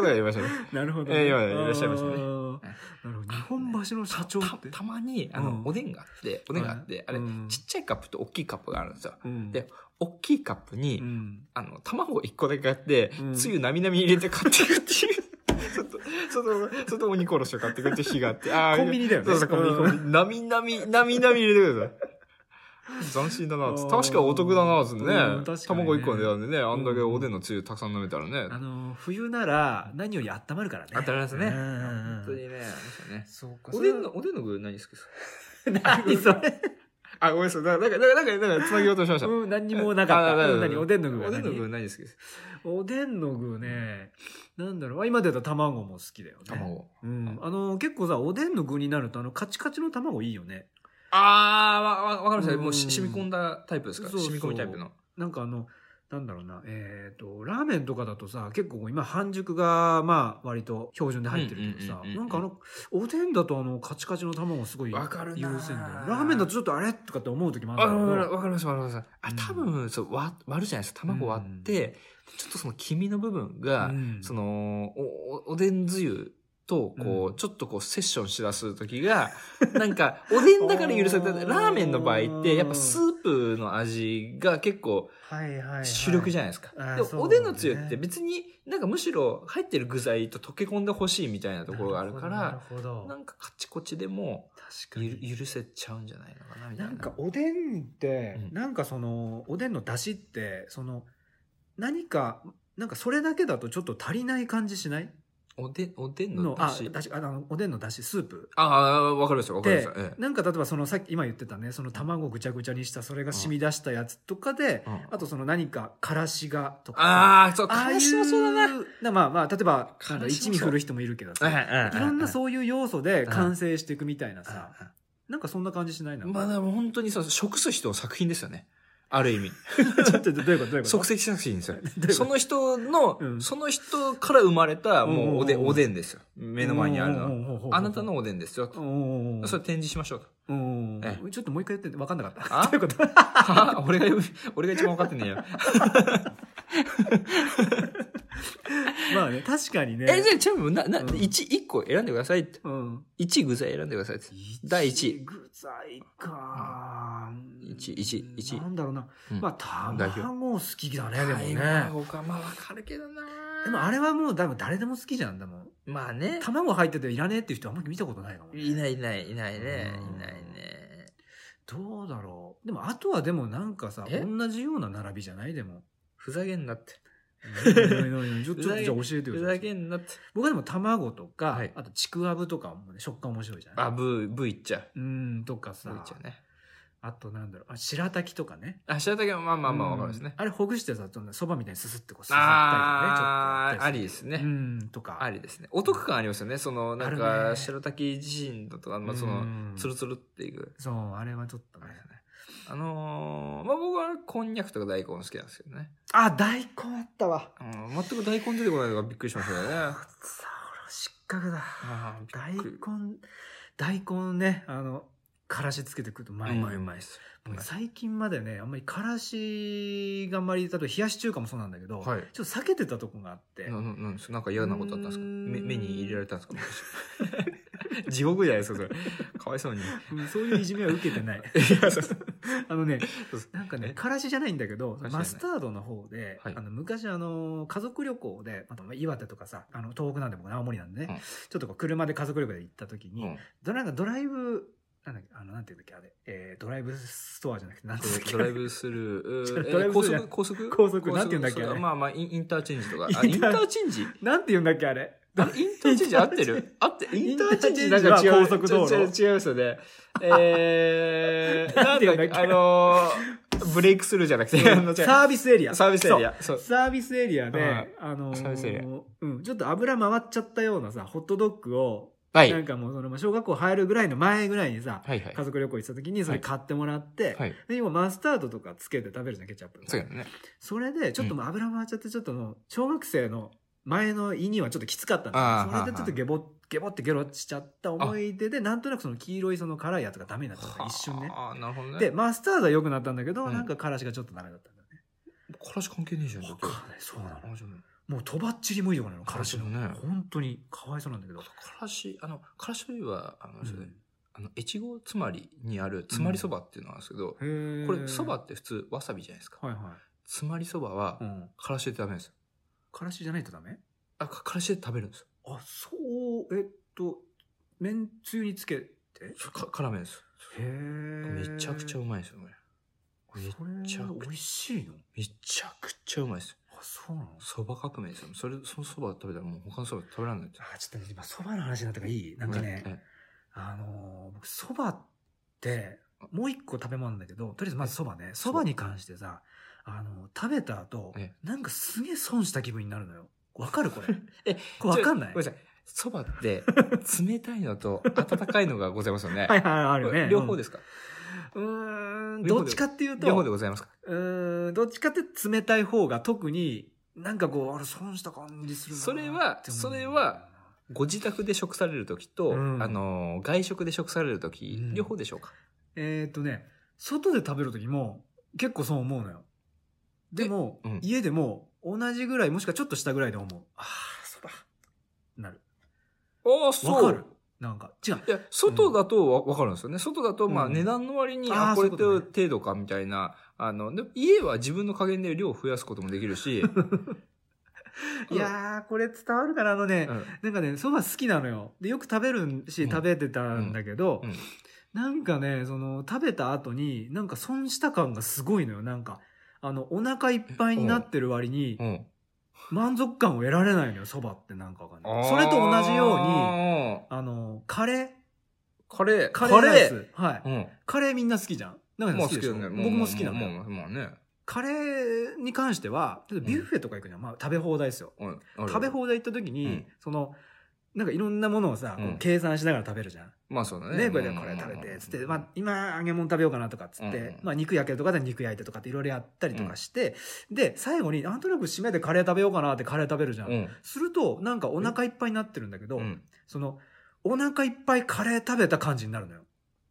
[SPEAKER 2] とが言いましたね。
[SPEAKER 1] なるほど、
[SPEAKER 2] ええ今いらっしゃいましたね
[SPEAKER 1] あーなるほど。日本橋の社長って
[SPEAKER 2] た。たまに、あの、
[SPEAKER 1] うん
[SPEAKER 2] おでんがあって、おでんがあって、あれ、
[SPEAKER 1] うん
[SPEAKER 2] ちっちゃいカップと大きいカップがあるんですよ。
[SPEAKER 1] うん
[SPEAKER 2] で大きいカップに、
[SPEAKER 1] うん
[SPEAKER 2] あの、卵1個だけ買って、
[SPEAKER 1] うん
[SPEAKER 2] つゆなみなみ入れて買っていくっていう、ちょっと、ちょっと、ちょっと鬼殺しを買ってくっていう日があって、あー
[SPEAKER 1] コンビニだよね
[SPEAKER 2] そうそう、コンビニ、
[SPEAKER 1] うん
[SPEAKER 2] コンビニ。なみなみ、なみなみ入れてください。斬新だなっつって、
[SPEAKER 1] あー
[SPEAKER 2] 確かお得だなっつってね
[SPEAKER 1] うん確かにね
[SPEAKER 2] 卵1個の値段でね、あんだけおでんのつゆたくさん飲めたらね。
[SPEAKER 1] あの冬なら何より温まるからね。
[SPEAKER 2] 当たりますね。
[SPEAKER 1] うんうんうん
[SPEAKER 2] 本当にね、ありましたね。
[SPEAKER 1] そうか。
[SPEAKER 2] おでんの、おでんの具何好きですか
[SPEAKER 1] それは、何それ。
[SPEAKER 2] あ、ごめんなさい。なんか、なんか、なんか、なんか、つなぎようとしました。
[SPEAKER 1] うん、何にもなかっ
[SPEAKER 2] あ
[SPEAKER 1] た。
[SPEAKER 2] なる
[SPEAKER 1] う
[SPEAKER 2] ほ
[SPEAKER 1] ん
[SPEAKER 2] ど
[SPEAKER 1] 何おでんの具
[SPEAKER 2] お
[SPEAKER 1] が
[SPEAKER 2] でんの
[SPEAKER 1] 何
[SPEAKER 2] 具何好きです
[SPEAKER 1] おでんの具ね、なんだろう。あ今出た卵も好きだよね。。
[SPEAKER 2] 卵。
[SPEAKER 1] うん。あの、結構さ、おでんの具になると、あの、カチカチの卵いいよね。
[SPEAKER 2] あー、わ、わわかりました。もう
[SPEAKER 1] う
[SPEAKER 2] し
[SPEAKER 1] ん
[SPEAKER 2] 染み込んだタイプですか
[SPEAKER 1] そうそう
[SPEAKER 2] 染み込みタイプの。
[SPEAKER 1] なんかあの、なんだろうな。えっ、と、ラーメンとかだとさ、結構今半熟が、まあ、割と標準で入ってるけどさ
[SPEAKER 2] う、んうんうんうん
[SPEAKER 1] なんかあの、おでんだとあの、カチカチの卵すごい優
[SPEAKER 2] わ
[SPEAKER 1] 先
[SPEAKER 2] か
[SPEAKER 1] だよ
[SPEAKER 2] るな
[SPEAKER 1] ね。ラーメンだとちょっとあれとかって思う時も
[SPEAKER 2] あ、
[SPEAKER 1] あるんだけど
[SPEAKER 2] わかりました、わかりました。あ
[SPEAKER 1] う、ん
[SPEAKER 2] 多分、そう、割割るじゃないですか。卵割って、ちょっとその黄身の部分が、
[SPEAKER 1] うん
[SPEAKER 2] その、お、おおでんつゆと、こ
[SPEAKER 1] う
[SPEAKER 2] う、ちょっとこう、セッションしだす時が、なんか、おでんだから許さ れた。
[SPEAKER 1] あー
[SPEAKER 2] ラーメンの場合って、やっぱスープの味が結構、
[SPEAKER 1] はいはい、はい。
[SPEAKER 2] 主力じ
[SPEAKER 1] ゃ
[SPEAKER 2] ゃないですか。
[SPEAKER 1] あー
[SPEAKER 2] でも
[SPEAKER 1] そうだね
[SPEAKER 2] おでんのつゆって別になんかむしろ入ってる具材と溶け込んでほしいみたいなところがあるから、
[SPEAKER 1] なるほど。なるほ
[SPEAKER 2] な
[SPEAKER 1] ど
[SPEAKER 2] んかカチコチでも
[SPEAKER 1] 確か
[SPEAKER 2] ゆる
[SPEAKER 1] に。
[SPEAKER 2] 許せちゃうんじゃないのかなみたい
[SPEAKER 1] な
[SPEAKER 2] な。
[SPEAKER 1] んかおでんって、
[SPEAKER 2] うん
[SPEAKER 1] なんかその、おでんの出汁って、その、何か、なんかそれだけだとちょっと足りない感じしない
[SPEAKER 2] おでん、おでんの
[SPEAKER 1] の、
[SPEAKER 2] だ
[SPEAKER 1] あ、
[SPEAKER 2] し。
[SPEAKER 1] だし、あの、おでんの出汁、スープ。
[SPEAKER 2] ああ、わかりました、わかりま
[SPEAKER 1] で
[SPEAKER 2] した。ええ
[SPEAKER 1] なんか例えばそのさっき今言ってたねその卵ぐちゃぐちゃにしたそれが染み出したやつとかで、
[SPEAKER 2] うん
[SPEAKER 1] あとその何かからしがとかあ
[SPEAKER 2] ああ、そう、
[SPEAKER 1] あい
[SPEAKER 2] からしもそうだな。
[SPEAKER 1] なまあまあ例えばなんだ
[SPEAKER 2] からしもそ
[SPEAKER 1] 一
[SPEAKER 2] う
[SPEAKER 1] 味振る人もいるけどさい
[SPEAKER 2] い
[SPEAKER 1] ろんなそういう要素で
[SPEAKER 2] ん
[SPEAKER 1] 完成していくみたいな
[SPEAKER 2] うん
[SPEAKER 1] さなんかそんな感じしないな、
[SPEAKER 2] まあでも本当にさ、食す人の作品ですよね。ある 意味。
[SPEAKER 1] ちょっとどういうことどういうこと
[SPEAKER 2] 即席作品ですよ。
[SPEAKER 1] どういうこと
[SPEAKER 2] その人の、
[SPEAKER 1] うん
[SPEAKER 2] その人から生まれた、もうおで
[SPEAKER 1] うんうん
[SPEAKER 2] ん、
[SPEAKER 1] うん
[SPEAKER 2] おでんですよ。目の前にあるのは。
[SPEAKER 1] の
[SPEAKER 2] あなたのおでんですよ。
[SPEAKER 1] うんうんうん
[SPEAKER 2] それ展示しましょう と。
[SPEAKER 1] うん
[SPEAKER 2] え
[SPEAKER 1] ちょっともう一回言って分かんなか った
[SPEAKER 2] あ
[SPEAKER 1] どういうこと
[SPEAKER 2] は俺が、俺が一番分かってんねえよ。
[SPEAKER 1] まあね確かにね
[SPEAKER 2] え、じゃあ、ちなみに、な、な、
[SPEAKER 1] うん
[SPEAKER 2] 一、一個選んでくださいって。
[SPEAKER 1] うん
[SPEAKER 2] 一具材選んでくださいって。第一位
[SPEAKER 1] 具材か。
[SPEAKER 2] 一一一
[SPEAKER 1] なんだろうな。
[SPEAKER 2] うん
[SPEAKER 1] まあ、
[SPEAKER 2] 代表
[SPEAKER 1] 卵好きだね、でもね。
[SPEAKER 2] 卵か、まあ分かるけどな
[SPEAKER 1] でもあれはもう多分誰でも好きじゃん、だもん。
[SPEAKER 2] まあね。
[SPEAKER 1] 卵入ってていらねえっていう人あんまり見たことないかもね、
[SPEAKER 2] いないいないいないね。
[SPEAKER 1] うん
[SPEAKER 2] いないね。
[SPEAKER 1] どうだろう。でもあとはでもなんかさ、
[SPEAKER 2] え
[SPEAKER 1] 同じような並びじゃないでも。
[SPEAKER 2] ふざけんなって。
[SPEAKER 1] うんいやいやいやちょっと
[SPEAKER 2] ふ
[SPEAKER 1] ちょ
[SPEAKER 2] ざ
[SPEAKER 1] っと
[SPEAKER 2] け
[SPEAKER 1] じゃあ教えてくだ
[SPEAKER 2] ふ
[SPEAKER 1] さ
[SPEAKER 2] ざ
[SPEAKER 1] い。
[SPEAKER 2] けんなって。
[SPEAKER 1] 僕はでも卵とか、
[SPEAKER 2] はい
[SPEAKER 1] あとちくわぶとかもね、食感面白いじゃない
[SPEAKER 2] あ、ブー、ブーいっちゃう。
[SPEAKER 1] うん、とかさ
[SPEAKER 2] ブーいっちゃうね。
[SPEAKER 1] あとなんだろう、あ白滝とかね。
[SPEAKER 2] あ、白滝はまあまあまあ分かるです
[SPEAKER 1] うん
[SPEAKER 2] ね。
[SPEAKER 1] あれほぐしてさ、そんなそばみたいにすすってこう、すすったりとか
[SPEAKER 2] あ
[SPEAKER 1] ね、ちょっとやった
[SPEAKER 2] あ、あ
[SPEAKER 1] り
[SPEAKER 2] りです
[SPEAKER 1] す
[SPEAKER 2] ね
[SPEAKER 1] る。。うん、とか。
[SPEAKER 2] ありですね。お得感ありますよね。その、なん
[SPEAKER 1] あるね
[SPEAKER 2] か、白滝自身だとか、まあそうの
[SPEAKER 1] ん、
[SPEAKER 2] ツルツルっていく。
[SPEAKER 1] そう、あれはちょっとね。
[SPEAKER 2] あのー、まあ僕はこんにゃくとか大根好きなんですけどね。
[SPEAKER 1] あ、大根あったわ。
[SPEAKER 2] うん、全く大根出てこないのがびっくりしましたよね。
[SPEAKER 1] さあ、失格だ。
[SPEAKER 2] あ
[SPEAKER 1] 大
[SPEAKER 2] びっくり
[SPEAKER 1] 根、大根ね、あの、からしつけてくるとうまい。
[SPEAKER 2] うまいっす。う
[SPEAKER 1] も
[SPEAKER 2] ま
[SPEAKER 1] う
[SPEAKER 2] い
[SPEAKER 1] 最近までね、あんまりからしがあんまり、例えば冷やし中華もそうなんだけど、
[SPEAKER 2] はい
[SPEAKER 1] ちょっと避けてたとこがあって、
[SPEAKER 2] な、な、なんですかなんか嫌なことあったんですか
[SPEAKER 1] うーん
[SPEAKER 2] 目目に入れられたんですか 昔地獄じゃないですか、それ。 かわいそ うに。い
[SPEAKER 1] うんそういういじめは受けてない。
[SPEAKER 2] や、そうそう
[SPEAKER 1] あのね
[SPEAKER 2] そうそ、
[SPEAKER 1] なんかね、
[SPEAKER 2] え
[SPEAKER 1] からしじゃないんだけど
[SPEAKER 2] から、しじゃない
[SPEAKER 1] マスタードの方で、
[SPEAKER 2] はい
[SPEAKER 1] あの昔あの、家族旅行で、また岩手とかさ、あの、東北なんで僕青森なんでね、
[SPEAKER 2] うん
[SPEAKER 1] ちょっとこう車で家族旅行で行った時に、
[SPEAKER 2] うん
[SPEAKER 1] ドラなんかドライブ、なんだっけ、あの、なんていうんだっけ、あれ、えー、ドライブストアじゃなくて、なんていうんだっけ、
[SPEAKER 2] ドライブスルーうー。
[SPEAKER 1] ドライ
[SPEAKER 2] え
[SPEAKER 1] ブ
[SPEAKER 2] 高
[SPEAKER 1] スルーじゃ
[SPEAKER 2] 速高速
[SPEAKER 1] 高速なんて言うんだっけあれ
[SPEAKER 2] まあまあ、インインターチェンジとか。あ、
[SPEAKER 1] イ
[SPEAKER 2] イ
[SPEAKER 1] ン
[SPEAKER 2] ン
[SPEAKER 1] タ
[SPEAKER 2] タ
[SPEAKER 1] ー
[SPEAKER 2] ーチェンジ
[SPEAKER 1] なんて言うんだっけ、あ れ。
[SPEAKER 2] あ インターチェンジ合ってる合って、インターチェンジなんか違
[SPEAKER 1] イン
[SPEAKER 2] う。
[SPEAKER 1] ターチェンジは高速道路
[SPEAKER 2] 違う違う違いますよね。え ー、
[SPEAKER 1] な
[SPEAKER 2] なんん
[SPEAKER 1] て言うんだっ
[SPEAKER 2] だっ
[SPEAKER 1] け
[SPEAKER 2] け、あのー、ブレイクスルーじゃなくて、あの違うサ
[SPEAKER 1] サービスエリア。
[SPEAKER 2] ービスエリア。そう
[SPEAKER 1] そう。。サービスエリアで、
[SPEAKER 2] はい
[SPEAKER 1] あのー
[SPEAKER 2] サービスエリア
[SPEAKER 1] うん、ちょっと油回っちゃったようなさ、ホットドッグを、
[SPEAKER 2] はい。
[SPEAKER 1] な
[SPEAKER 2] は
[SPEAKER 1] んかもうその、まあ小学校入るぐらいの前ぐらいにさ、
[SPEAKER 2] いはい
[SPEAKER 1] 家。族旅行行ってた時にそれ買ってもらって、
[SPEAKER 2] はい。
[SPEAKER 1] で、今マスタードとかつけて食べるじゃん、ケチャップ。
[SPEAKER 2] そうやね。
[SPEAKER 1] それで、ちょっともう油回っちゃって、ちょっともう、小学生の前の胃にはちょっときつかったん
[SPEAKER 2] あ
[SPEAKER 1] だ
[SPEAKER 2] ー
[SPEAKER 1] けどそれでちょっとゲボ、ゲボってゲロしちゃった思い出で、なんとなくその黄色いその辛いやつがダメになっちゃった。一瞬ね。
[SPEAKER 2] ああ、なるほどね。
[SPEAKER 1] で、
[SPEAKER 2] で、
[SPEAKER 1] マスタードは良くなったんだけど、
[SPEAKER 2] うん
[SPEAKER 1] なんかからしがちょっとダメだったんだよね。
[SPEAKER 2] からし関係ねえじゃん。
[SPEAKER 1] わ
[SPEAKER 2] だって
[SPEAKER 1] かんない、そうなの。
[SPEAKER 2] あじゃあ
[SPEAKER 1] もうとばっちりもいいとこなの、からしの。
[SPEAKER 2] からしのね
[SPEAKER 1] 本当に、かわいそうなんだけど。
[SPEAKER 2] からし、あの、からしといえば、あの、
[SPEAKER 1] うん
[SPEAKER 2] そうねあの、越後つまりにある、つまりそばっていうのなんですけど、
[SPEAKER 1] へえ
[SPEAKER 2] これ、そばって普通、わさびじゃないですか。
[SPEAKER 1] はいは。
[SPEAKER 2] つまりそばはい
[SPEAKER 1] う、ん。
[SPEAKER 2] からしでダメですよ。
[SPEAKER 1] からしじゃないとダメ
[SPEAKER 2] あ、かからしで食べるんですよ。
[SPEAKER 1] あ、そう、えっと、麺つゆにつけてへ
[SPEAKER 2] それか、辛めです。
[SPEAKER 1] え。
[SPEAKER 2] めちゃくちゃうまいですよ、これ。め
[SPEAKER 1] それ
[SPEAKER 2] ちゃく
[SPEAKER 1] 美味しいの
[SPEAKER 2] めちゃくちゃうまいです。
[SPEAKER 1] あ、そうなの
[SPEAKER 2] そば革命ですよ。それ、そのそば食べたらもう他のそば食べられないです。
[SPEAKER 1] あ、ちょっとね、今、蕎麦の話になったからいいなんかね、
[SPEAKER 2] ええ
[SPEAKER 1] あのー僕、蕎麦って、もう一個食べ物なんだけど、とりあえずまず蕎麦ね、蕎麦に関してさ、あのー食べた後
[SPEAKER 2] え、
[SPEAKER 1] なんかすげえ損した気分になるのよ。わかるこれ。
[SPEAKER 2] え、
[SPEAKER 1] これわかんない。
[SPEAKER 2] ごめんなさい。そ ばって、冷たいのと温かいのがございますよ
[SPEAKER 1] は
[SPEAKER 2] ね。
[SPEAKER 1] いはい、あ
[SPEAKER 2] あ
[SPEAKER 1] るよね。。
[SPEAKER 2] 両方ですすか、
[SPEAKER 1] うーん、ど
[SPEAKER 2] 両方
[SPEAKER 1] っ
[SPEAKER 2] で
[SPEAKER 1] ちかっていうと、
[SPEAKER 2] 両方で
[SPEAKER 1] う
[SPEAKER 2] ございますか
[SPEAKER 1] ーん、どっちかって冷たい方が特に、なんかこう、あれ損した感じするな
[SPEAKER 2] それは
[SPEAKER 1] って思う
[SPEAKER 2] それは、ご自宅で食される時と、
[SPEAKER 1] うん
[SPEAKER 2] あの外食で食される時、
[SPEAKER 1] うん
[SPEAKER 2] 両方でしょうか
[SPEAKER 1] えーっとね、外で食べる時も結構そう思うのよ。でも、
[SPEAKER 2] えうん
[SPEAKER 1] 家でも同じぐらい、もしくはちょっと下ぐらいで思う。ああ、そば。なる。
[SPEAKER 2] ああ
[SPEAKER 1] わかるなんか、違う。
[SPEAKER 2] いや外だとわわかるんですよね外だとま
[SPEAKER 1] う
[SPEAKER 2] あ
[SPEAKER 1] ん
[SPEAKER 2] 値段の割に、
[SPEAKER 1] あー
[SPEAKER 2] あこれ
[SPEAKER 1] そう
[SPEAKER 2] と
[SPEAKER 1] いうことね
[SPEAKER 2] 程度かみたいなあので家は自分の加減で量を増やすこともでき るし、
[SPEAKER 1] いやー、これ伝わるかなあのね
[SPEAKER 2] う、
[SPEAKER 1] な
[SPEAKER 2] ん
[SPEAKER 1] んかね、蕎麦好きなのよ。で、よく食べるし、
[SPEAKER 2] うん
[SPEAKER 1] 食べてたんだけど、
[SPEAKER 2] うんうん
[SPEAKER 1] なんかね、その、食べた後に、なんか損した感がすごいのよ。なんか、あの、お腹いっぱいになってる割に
[SPEAKER 2] う、ん、
[SPEAKER 1] 満足感を得られないのよ、蕎麦ってなんかわかんない。それと同じように、
[SPEAKER 2] に
[SPEAKER 1] あの、カレー
[SPEAKER 2] カレー
[SPEAKER 1] カレーライ
[SPEAKER 2] ー
[SPEAKER 1] ス。はい。
[SPEAKER 2] うん
[SPEAKER 1] カレーみんな好きじゃん。なんか
[SPEAKER 2] まあ
[SPEAKER 1] 好き
[SPEAKER 2] 好き
[SPEAKER 1] でし
[SPEAKER 2] だ
[SPEAKER 1] ょ、
[SPEAKER 2] ね
[SPEAKER 1] 僕も好きな
[SPEAKER 2] も
[SPEAKER 1] の。
[SPEAKER 2] んまあね、
[SPEAKER 1] カレーに関しては、ちょっとビュッフェとか行くじゃん。まあ食べ放題ですよ。
[SPEAKER 2] うん、
[SPEAKER 1] 食べ
[SPEAKER 2] 放
[SPEAKER 1] 放題行った時に、
[SPEAKER 2] うん
[SPEAKER 1] その、なんかいろんなものをさ、こう
[SPEAKER 2] うん
[SPEAKER 1] 計算しながら食べるじゃん。
[SPEAKER 2] まあそうだね
[SPEAKER 1] ね、これでこれ食べて、つって、まあ今揚げ物食べようかなとかっつって、
[SPEAKER 2] うん
[SPEAKER 1] まあ肉焼けるとかで肉焼いてとかっていろいろやったりとかして、で、最後になんとなく締めでカレー食べようかなってカレー食べるじゃん。
[SPEAKER 2] うん
[SPEAKER 1] すると、なんかお腹いっぱいになってるんだけど、
[SPEAKER 2] うん
[SPEAKER 1] その、お腹いっぱいカレー食べた感じになるのよ。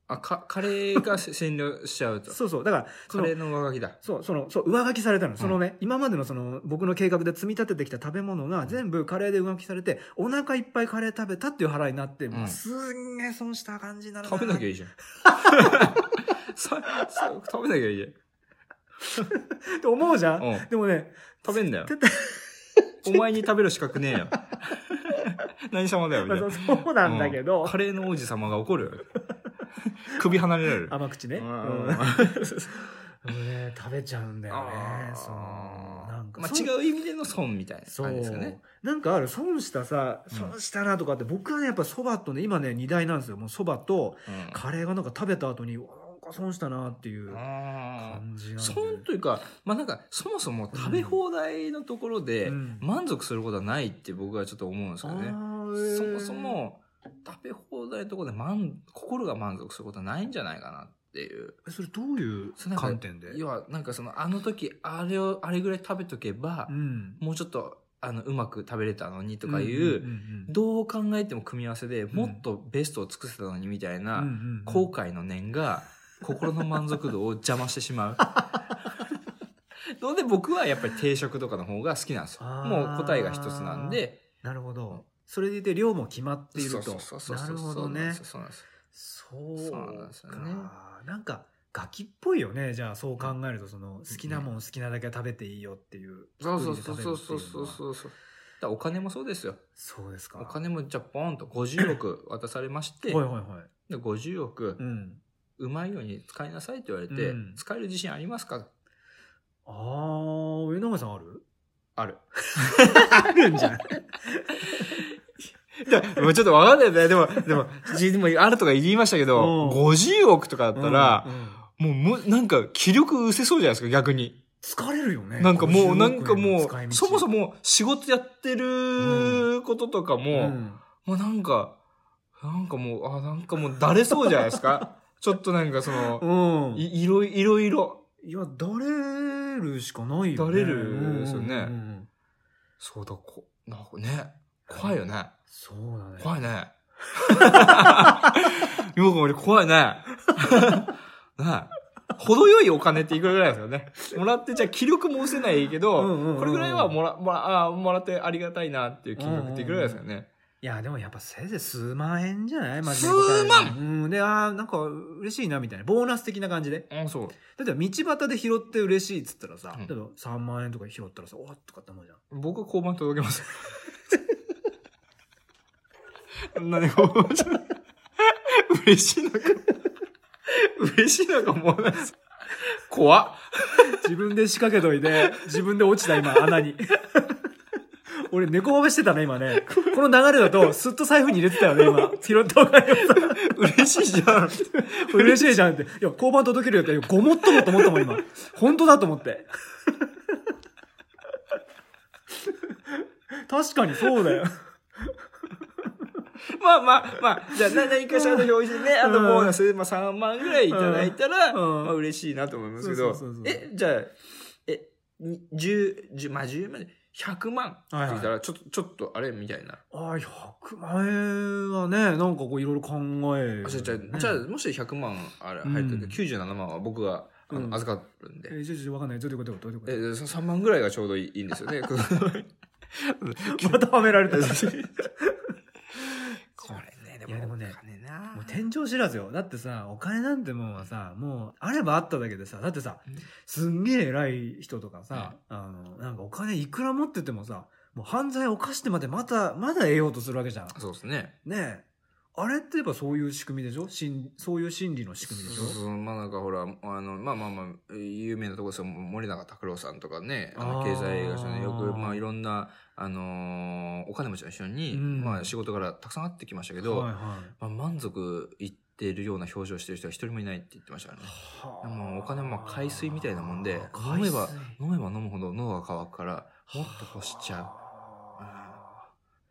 [SPEAKER 2] あかカレーが占領しちゃ うと
[SPEAKER 1] そうそう。だから、そ
[SPEAKER 2] カ
[SPEAKER 1] の
[SPEAKER 2] レー、の上書きだ
[SPEAKER 1] そう、その、そう、上書きされたの。そのね、今までのその、僕の計画で積み立ててきた食べ物が全部カレーで上書きされて、お腹いっぱいカレー食べたっていう腹になって、もううんすんげえ損した感じになるな。
[SPEAKER 2] 食べなきゃいい じゃんささ食べなきゃいいじゃん
[SPEAKER 1] って思うじゃん。
[SPEAKER 2] うん
[SPEAKER 1] でもね、
[SPEAKER 2] 食べんだよ
[SPEAKER 1] 絶対、
[SPEAKER 2] お前に食べる資格ねえ よ何様だよみたいな
[SPEAKER 1] そうなんだけど、
[SPEAKER 2] うんカレーの王子様が怒るよ首離れられる
[SPEAKER 1] 甘口ね。う
[SPEAKER 2] う
[SPEAKER 1] んん。ね食べちゃうんだよ
[SPEAKER 2] あ
[SPEAKER 1] ね。
[SPEAKER 2] ー
[SPEAKER 1] そう。なんか、
[SPEAKER 2] まあ、
[SPEAKER 1] そう
[SPEAKER 2] 違う意味での損みたいな
[SPEAKER 1] そう
[SPEAKER 2] 感じですよね
[SPEAKER 1] なんかある、損したさ、
[SPEAKER 2] うん
[SPEAKER 1] 損したなとかって、僕はね、やっぱ蕎麦とね、今ね、二大なんですよ。もう蕎麦と、
[SPEAKER 2] うん
[SPEAKER 1] カレーがなんか食べた後に、うわなんか損したなっていう
[SPEAKER 2] あ
[SPEAKER 1] 感じなん
[SPEAKER 2] ー
[SPEAKER 1] で。
[SPEAKER 2] 損というか、まあ、なんかそもそも食べ放題のところで
[SPEAKER 1] うん
[SPEAKER 2] 満足することはないって僕はちょっと思うんですよね、そもそ、も食べ放題のところで満心が満足することはないんじゃないかなっていう
[SPEAKER 1] あーえそれどういう
[SPEAKER 2] それなんか
[SPEAKER 1] 観点で
[SPEAKER 2] 要はなんかそのあの時あれをあれぐらい食べとけば、
[SPEAKER 1] ん。
[SPEAKER 2] もうちょっとあのうまく食べれたのにとかいう,、
[SPEAKER 1] んん
[SPEAKER 2] どう考えても組み合わせで
[SPEAKER 1] ん
[SPEAKER 2] もっとベストを尽くせたのにみたい
[SPEAKER 1] うんうんう
[SPEAKER 2] なん後悔の念が心の満足度を邪魔してし まうので僕はやっぱり定食とかの方が好きなんですよ
[SPEAKER 1] あー
[SPEAKER 2] もう答えが一つなんで
[SPEAKER 1] なるほど。それでいて量も決まっていると。
[SPEAKER 2] そうそうそうそう
[SPEAKER 1] なるほどね。
[SPEAKER 2] そうなんですよ
[SPEAKER 1] そう
[SPEAKER 2] そう
[SPEAKER 1] か
[SPEAKER 2] なんですよね
[SPEAKER 1] なんか、ガキっぽいよね。じゃあ、そう考えると、その、好きなもん好きなだけ食べていいよっていう。
[SPEAKER 2] そうそうそうそうそうそう
[SPEAKER 1] う。
[SPEAKER 2] そうそうらお金もそうですよ。
[SPEAKER 1] そうですか。
[SPEAKER 2] お金もじゃあポーンと50億渡されまして、
[SPEAKER 1] はいはいはい。
[SPEAKER 2] で50億、
[SPEAKER 1] うん。
[SPEAKER 2] うまいように使いなさいって言われて、
[SPEAKER 1] うん
[SPEAKER 2] 使える自信ありますか
[SPEAKER 1] あー、上永さんある
[SPEAKER 2] ある。
[SPEAKER 1] あるんじゃん。
[SPEAKER 2] もうちょっとわかんないよね。でも、でも、じでもあるとか言いましたけど、
[SPEAKER 1] うん
[SPEAKER 2] 50億とかだったら
[SPEAKER 1] う、んうん
[SPEAKER 2] もうもう、なんか、気力失せそうじゃないですか、逆に。
[SPEAKER 1] 疲れるよね。
[SPEAKER 2] なんかもう、
[SPEAKER 1] 50
[SPEAKER 2] なんか
[SPEAKER 1] 億円
[SPEAKER 2] も、
[SPEAKER 1] の使いう道
[SPEAKER 2] そもそも仕事やってることとか
[SPEAKER 1] う
[SPEAKER 2] も、
[SPEAKER 1] ん
[SPEAKER 2] もうなんか、なんかもう、あ、なんかもう、だれそうじゃないです か。ちょっとなんかその、
[SPEAKER 1] うん。い
[SPEAKER 2] いいろいいろいろ。
[SPEAKER 1] や、だれるしかないよね。
[SPEAKER 2] だれるですよね
[SPEAKER 1] うんうんうん
[SPEAKER 2] そうだ、こ、なんかね、怖いよね。
[SPEAKER 1] そうだね。
[SPEAKER 2] 怖いね。よく俺怖いね。 ね程よいお金っていくらぐらいですよね。もらって、じゃあ気力も失せないけ
[SPEAKER 1] うんうんうんう
[SPEAKER 2] ど、
[SPEAKER 1] ん
[SPEAKER 2] これぐらいはもら、もら、あーもらってありがたいなっていう気力っていくらぐらいですよね。
[SPEAKER 1] いや、でもやっぱせいぜい数万円じゃないマジで。
[SPEAKER 2] 数万
[SPEAKER 1] うん。で、あーなんか嬉しいなみたいな。ボーナス的な感じで。
[SPEAKER 2] あそう。
[SPEAKER 1] だって道端で拾って嬉しいっつったらさ、
[SPEAKER 2] うん
[SPEAKER 1] 例えば3万円とか拾ったらさ、おっとかって思うじゃん。
[SPEAKER 2] 僕は交番届 けます。なんで交番じゃない嬉しいのか。嬉しいのかもうないです。怖っ。
[SPEAKER 1] 自分で仕掛けといて、自分で落ちた今、穴に。 俺、猫まぶしてたね、今ね。この流れだと、すっと財布に入れてたよね、今。拾ったお金をさ、
[SPEAKER 2] 嬉しいじゃん。
[SPEAKER 1] 嬉しいじゃんって。いや、交番届けるよって、いやごもっともと思ったもん、今。本当だと思って。確かにそうだよ。
[SPEAKER 2] まあまあまあ、じゃあな何かしらの表示でね、あともうそれでまあ3万ぐらいいただいたら、
[SPEAKER 1] うんうん
[SPEAKER 2] まあ嬉しいなと思いますけど
[SPEAKER 1] そうそうそうそう、
[SPEAKER 2] え、じゃあ、え、に10、10まあ10万で、100万って言ったら、ちょっと、ちょっとあれみたいな。
[SPEAKER 1] ああ、100万円はね、なんかこう、いろいろ考えるよね、
[SPEAKER 2] あじゃあ、じゃあ、じゃあもし100万あれ入って
[SPEAKER 1] うん
[SPEAKER 2] て、97万は僕があ
[SPEAKER 1] うん
[SPEAKER 2] の預かるん
[SPEAKER 1] え
[SPEAKER 2] で、
[SPEAKER 1] ーちょちょ、わかんない。どういうことどういうこ
[SPEAKER 2] え、
[SPEAKER 1] と
[SPEAKER 2] 3万ぐらいがちょうどいいんで すよね。こ
[SPEAKER 1] またはめられた。
[SPEAKER 2] れね、
[SPEAKER 1] いやでもね
[SPEAKER 2] お金な
[SPEAKER 1] もう天井知らずよ。だってさ、お金なんてもんはさ、もう、あればあっただけでさ、だってさ
[SPEAKER 2] うん、
[SPEAKER 1] すんげえ偉い人とかさ、あの、なんかお金いくら持っててもさ、もう犯罪を犯してまでまた、まだ得ようとするわけじゃん。
[SPEAKER 2] そうですね。
[SPEAKER 1] ねえ。あれってやっぱそういう仕組みでしょ心そういう心理の仕組みでしょ
[SPEAKER 2] そうそうまあなんかほらあのまあまあまあ有名なところですよ森永卓郎さんとかねあ
[SPEAKER 1] あ
[SPEAKER 2] の
[SPEAKER 1] ー
[SPEAKER 2] 経済学者ねよくまあいろんなあのーお金持ちの人に、
[SPEAKER 1] うん
[SPEAKER 2] まあ仕事からたくさんあってきましたけど、
[SPEAKER 1] はいは
[SPEAKER 2] まあ、満足いってるような表情してる人は一人もいないって言ってましたからね
[SPEAKER 1] い。
[SPEAKER 2] でもお金はまあ海水みたいなもんで
[SPEAKER 1] 海
[SPEAKER 2] 飲めば
[SPEAKER 1] 水
[SPEAKER 2] 飲めば飲むほど脳が乾くからもっと欲しちゃう
[SPEAKER 1] あ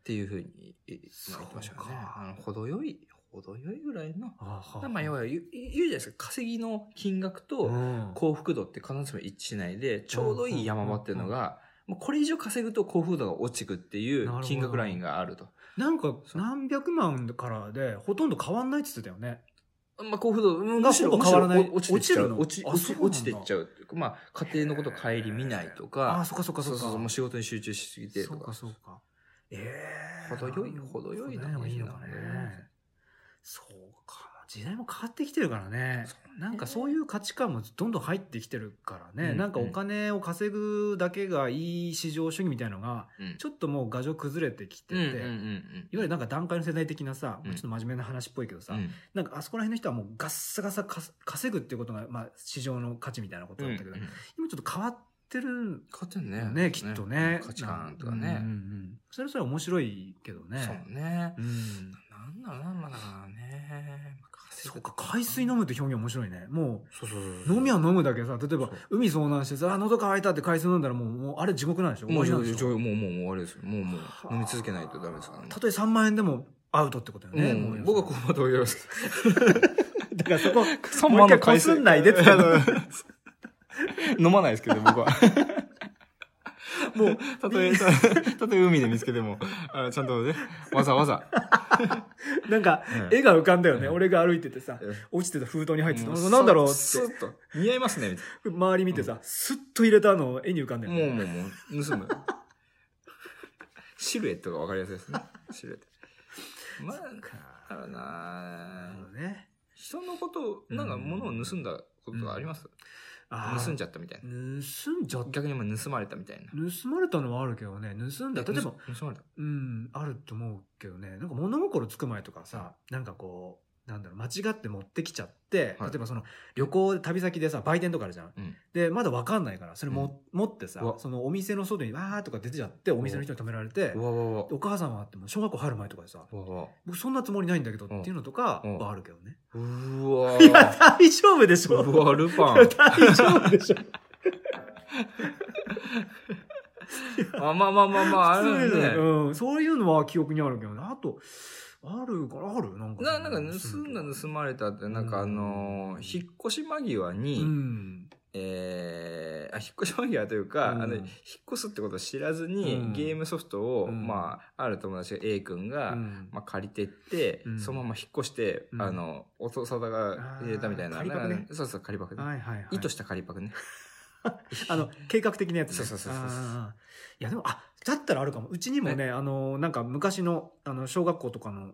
[SPEAKER 2] っていうふうにえまあ言ってましたから
[SPEAKER 1] そ
[SPEAKER 2] ね
[SPEAKER 1] うか
[SPEAKER 2] あの程よい程よいぐらいの
[SPEAKER 1] ーあーは
[SPEAKER 2] ま
[SPEAKER 1] あ
[SPEAKER 2] あ要は言う言うじゃないですか稼ぎの金額と、
[SPEAKER 1] うん
[SPEAKER 2] 幸福度って必ずしも一致しないで、ちょうどいい山場っていうのが、もうこれ以上稼ぐと幸福度が落ちてくってい
[SPEAKER 1] なるほ
[SPEAKER 2] う
[SPEAKER 1] ど
[SPEAKER 2] 金額ラインがあると。
[SPEAKER 1] なんか
[SPEAKER 2] そう
[SPEAKER 1] 何百万からでほとんど変わんないって言ってたよね。
[SPEAKER 2] まあ幸福度、む
[SPEAKER 1] が
[SPEAKER 2] むしろ
[SPEAKER 1] ほぼ変わらない
[SPEAKER 2] むしろ落ちてっちゃう。
[SPEAKER 1] 落ちるのあ
[SPEAKER 2] 落ち落
[SPEAKER 1] そうな
[SPEAKER 2] ち
[SPEAKER 1] んだ
[SPEAKER 2] 落ちてっちゃうっていうか、まあ家庭のことを顧みないと
[SPEAKER 1] ああー、
[SPEAKER 2] か、
[SPEAKER 1] そっかそっかそ
[SPEAKER 2] そ
[SPEAKER 1] っ
[SPEAKER 2] う
[SPEAKER 1] か。
[SPEAKER 2] そうそう、もう仕事に集中しすぎて
[SPEAKER 1] そ
[SPEAKER 2] と
[SPEAKER 1] うか
[SPEAKER 2] か。
[SPEAKER 1] そうか。ええ
[SPEAKER 2] 程よい程よい
[SPEAKER 1] なのがいいのかね
[SPEAKER 2] そうだね。
[SPEAKER 1] そうか。時代も変わってきてるからね
[SPEAKER 2] そ。
[SPEAKER 1] なんかそういう価値観もどんどん入ってきてるからね。
[SPEAKER 2] うん
[SPEAKER 1] なんかお金を稼ぐだけがいい市場主義みたいのが、
[SPEAKER 2] うん
[SPEAKER 1] ちょっともう牙城崩れてきて
[SPEAKER 2] うんうん
[SPEAKER 1] て、
[SPEAKER 2] うん
[SPEAKER 1] い
[SPEAKER 2] う
[SPEAKER 1] わ
[SPEAKER 2] ん
[SPEAKER 1] ゆるなんか段階の世代的なさ、
[SPEAKER 2] うん
[SPEAKER 1] ちょっと真面目な話っぽいけどさ、
[SPEAKER 2] うん
[SPEAKER 1] なんかあそこら辺の人はもうガッサガサかす稼ぐっていうことが、まあ市場の価値みたいなこと
[SPEAKER 2] うん
[SPEAKER 1] だ
[SPEAKER 2] う
[SPEAKER 1] っ
[SPEAKER 2] ん
[SPEAKER 1] たけど、今ちょっと変わってる
[SPEAKER 2] 変わってんね。
[SPEAKER 1] ね、きっとね。
[SPEAKER 2] 価値観とか
[SPEAKER 1] うんうんう
[SPEAKER 2] ね。
[SPEAKER 1] んそれはそれは面白いけどね。
[SPEAKER 2] そうね。
[SPEAKER 1] うん。
[SPEAKER 2] なんだろうな、まあだからね。まあ稼ぐ
[SPEAKER 1] そうか、海水飲むって表現面白いね。も
[SPEAKER 2] そうそうそう
[SPEAKER 1] う、
[SPEAKER 2] そう。
[SPEAKER 1] 飲みは飲むだけどさ、例えば
[SPEAKER 2] そう、
[SPEAKER 1] 海遭難してさ、あ喉乾いたって海水飲んだらもう、もうあれ地獄なんでしょ
[SPEAKER 2] もう、
[SPEAKER 1] 終
[SPEAKER 2] も
[SPEAKER 1] わ
[SPEAKER 2] う、
[SPEAKER 1] りなで
[SPEAKER 2] もうん
[SPEAKER 1] しょ
[SPEAKER 2] もう、もう、あれですよ。もう、もう、飲み続けないとダメですからね。
[SPEAKER 1] たとえ3万円でもアウトってことだよね。も
[SPEAKER 2] う、
[SPEAKER 1] うん
[SPEAKER 2] 僕はここまで泳ぎます。
[SPEAKER 1] だからそこ、
[SPEAKER 2] 3
[SPEAKER 1] もう一回こすんないでって言うの
[SPEAKER 2] 飲まないですけど、僕は。
[SPEAKER 1] もう、
[SPEAKER 2] たとえ、たとえ海で見つけても、あちゃんとね、わざわざ。
[SPEAKER 1] なんか
[SPEAKER 2] うん、
[SPEAKER 1] 絵が浮かんだよね。
[SPEAKER 2] うん
[SPEAKER 1] 俺が歩いててさ
[SPEAKER 2] うん、
[SPEAKER 1] 落ちてた封筒に入ってた。
[SPEAKER 2] も
[SPEAKER 1] なんだろうっ
[SPEAKER 2] ス
[SPEAKER 1] て、
[SPEAKER 2] ッと。似合いますね、みたい
[SPEAKER 1] 周り見てさ、スッと入れたのを絵に浮かんだよ
[SPEAKER 2] な。
[SPEAKER 1] ね
[SPEAKER 2] もう、もう、もう、盗む。シルエットがわかりやすいですね。シルエット。まあ、だから
[SPEAKER 1] なるほど
[SPEAKER 2] な
[SPEAKER 1] ね。
[SPEAKER 2] 人のことを、なんか物を盗んだことはあります、
[SPEAKER 1] ああー
[SPEAKER 2] 盗んじゃったみたいな。
[SPEAKER 1] 盗んじゃった
[SPEAKER 2] 逆にもう盗まれたみたいな。
[SPEAKER 1] 盗まれたのはあるけどね盗んだ例えば
[SPEAKER 2] 盗盗まれた。
[SPEAKER 1] うんあると思うけどねなんか物心つく前とかさなんかこうなんだろう間違って持ってきちゃって、
[SPEAKER 2] はい
[SPEAKER 1] 例えばその旅行旅先でさ売店とかあるじゃん、
[SPEAKER 2] うん
[SPEAKER 1] でまだわかんないからそれも、持ってさ
[SPEAKER 2] うわ
[SPEAKER 1] そのお店の外にわーとか出てちゃってお店の人に止められて
[SPEAKER 2] うわうわうわ
[SPEAKER 1] お母さんはってもう小学校入る前とかでさ
[SPEAKER 2] うわうわ
[SPEAKER 1] 僕そんなつもりないんだけどっていうのとか
[SPEAKER 2] うん
[SPEAKER 1] はあるけどね、
[SPEAKER 2] うわ
[SPEAKER 1] いや大丈夫でしょ
[SPEAKER 2] うわルパン
[SPEAKER 1] 大丈夫でしょ
[SPEAKER 2] あまあまあまあまああ
[SPEAKER 1] 普
[SPEAKER 2] る
[SPEAKER 1] 通
[SPEAKER 2] ね
[SPEAKER 1] だよねうん、そういうのは記憶にあるけどねあとあるからあるなんか
[SPEAKER 2] ななんか盗んだ盗まれたってなんかあのー引っ越し間際に、
[SPEAKER 1] うん
[SPEAKER 2] えーあ引っ越し間際というか、
[SPEAKER 1] うん
[SPEAKER 2] あの引っ越すってことを知らずに、
[SPEAKER 1] うん
[SPEAKER 2] ゲームソフトを、
[SPEAKER 1] うん
[SPEAKER 2] まあ、ある友達が A 君が、
[SPEAKER 1] うん
[SPEAKER 2] まあ、借りてって、
[SPEAKER 1] うん
[SPEAKER 2] そのまま引っ越して、
[SPEAKER 1] うん
[SPEAKER 2] あの音沙汰が入れたみたいな
[SPEAKER 1] あー
[SPEAKER 2] なんか
[SPEAKER 1] 仮パク
[SPEAKER 2] そうそう仮パクね、
[SPEAKER 1] はいはいはい
[SPEAKER 2] 意図した仮パクね
[SPEAKER 1] あの計画的なやつね
[SPEAKER 2] そうそうそうそうそ
[SPEAKER 1] ああ
[SPEAKER 2] う
[SPEAKER 1] ああいやでもあだったらあるかもうちにもねあのなんか昔のあの小学校とかの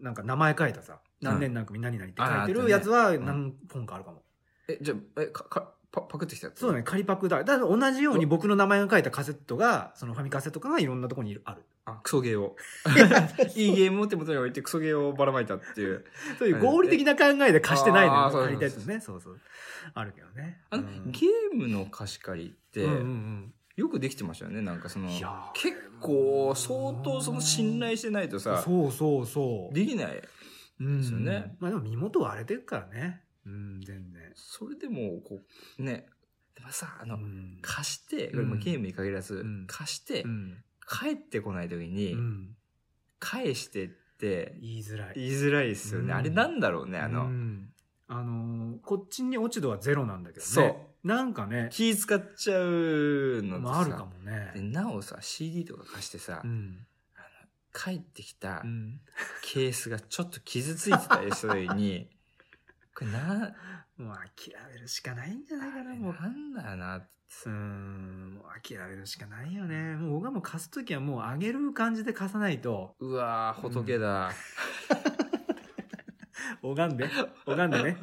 [SPEAKER 1] なんか名前書いたさ何年何組何々って書いて
[SPEAKER 2] あああった
[SPEAKER 1] る
[SPEAKER 2] ね
[SPEAKER 1] やつは
[SPEAKER 2] ん
[SPEAKER 1] 何本かあるかも、
[SPEAKER 2] えじゃあえかかパパクってきたやつ
[SPEAKER 1] そうだね仮パクだだから同じように僕の名前が書いたカセットがそのファミカセとかがいろんなところにいるある
[SPEAKER 2] あクソゲー をいいゲームを手元に置いてクソゲーをばらまいたっていう
[SPEAKER 1] そういう合理的な考えで貸してない
[SPEAKER 2] あ
[SPEAKER 1] の
[SPEAKER 2] あそ
[SPEAKER 1] よ
[SPEAKER 2] う
[SPEAKER 1] 借りたやつねそうそうあるけどね
[SPEAKER 2] あの、
[SPEAKER 1] うん
[SPEAKER 2] ゲームの貸し借りって、
[SPEAKER 1] うんうん
[SPEAKER 2] よくできてましたよねなんかそ
[SPEAKER 1] うん
[SPEAKER 2] の
[SPEAKER 1] いや
[SPEAKER 2] 結構相当その信頼してないとさ
[SPEAKER 1] そうそうそう
[SPEAKER 2] できない
[SPEAKER 1] うん
[SPEAKER 2] ですよね
[SPEAKER 1] まあでも身元割れてるからね。うん、全然。
[SPEAKER 2] それでもこうねでもさあの、
[SPEAKER 1] うん
[SPEAKER 2] 貸して、
[SPEAKER 1] うん
[SPEAKER 2] まあゲームに限らず、
[SPEAKER 1] ん
[SPEAKER 2] 貸して、
[SPEAKER 1] うん
[SPEAKER 2] 帰ってこない時に、
[SPEAKER 1] うん
[SPEAKER 2] 返してって
[SPEAKER 1] 言いづらい。
[SPEAKER 2] 言いづらいですよね、
[SPEAKER 1] うん
[SPEAKER 2] あれなんだろうねあの、
[SPEAKER 1] うんあのーこっちに落ち度はゼロなんだけどね。
[SPEAKER 2] そう。
[SPEAKER 1] なんかね、
[SPEAKER 2] 気使っちゃうの
[SPEAKER 1] まあある
[SPEAKER 2] とさ
[SPEAKER 1] かもね。
[SPEAKER 2] でなおさ CD とか貸してさ、
[SPEAKER 1] うん。
[SPEAKER 2] 帰ってきた
[SPEAKER 1] うん。
[SPEAKER 2] ケースがちょっと傷ついてたりした時 にこれな
[SPEAKER 1] もう諦めるしかないんじゃないか
[SPEAKER 2] あ
[SPEAKER 1] な、
[SPEAKER 2] れ
[SPEAKER 1] もう。
[SPEAKER 2] なんだよなって
[SPEAKER 1] うーん、もう諦めるしかないよね。もう僕はもう貸すときはもう上げる感じで貸さないと、
[SPEAKER 2] うわー仏だ、
[SPEAKER 1] 拝 んで、拝んでね。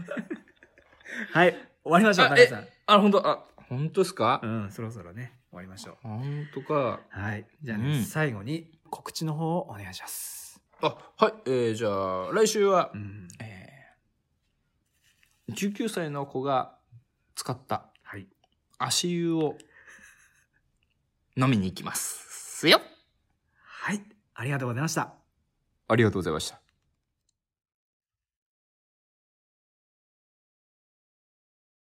[SPEAKER 1] はい、終わりましょう、
[SPEAKER 2] あ
[SPEAKER 1] 田中さん。
[SPEAKER 2] あ本当あ本当ですか、
[SPEAKER 1] うん、そろそろね、終わりましょう。
[SPEAKER 2] 本当か
[SPEAKER 1] はい。じゃあね、
[SPEAKER 2] うん
[SPEAKER 1] 最後に告知の方をお願いします。
[SPEAKER 2] あはいえー、じゃあ来週は、
[SPEAKER 1] ん。
[SPEAKER 2] えー、19歳の子が使った
[SPEAKER 1] はい。
[SPEAKER 2] 足湯を飲みに行きますよ
[SPEAKER 1] はい。ありがとうございました。
[SPEAKER 2] ありがとうございました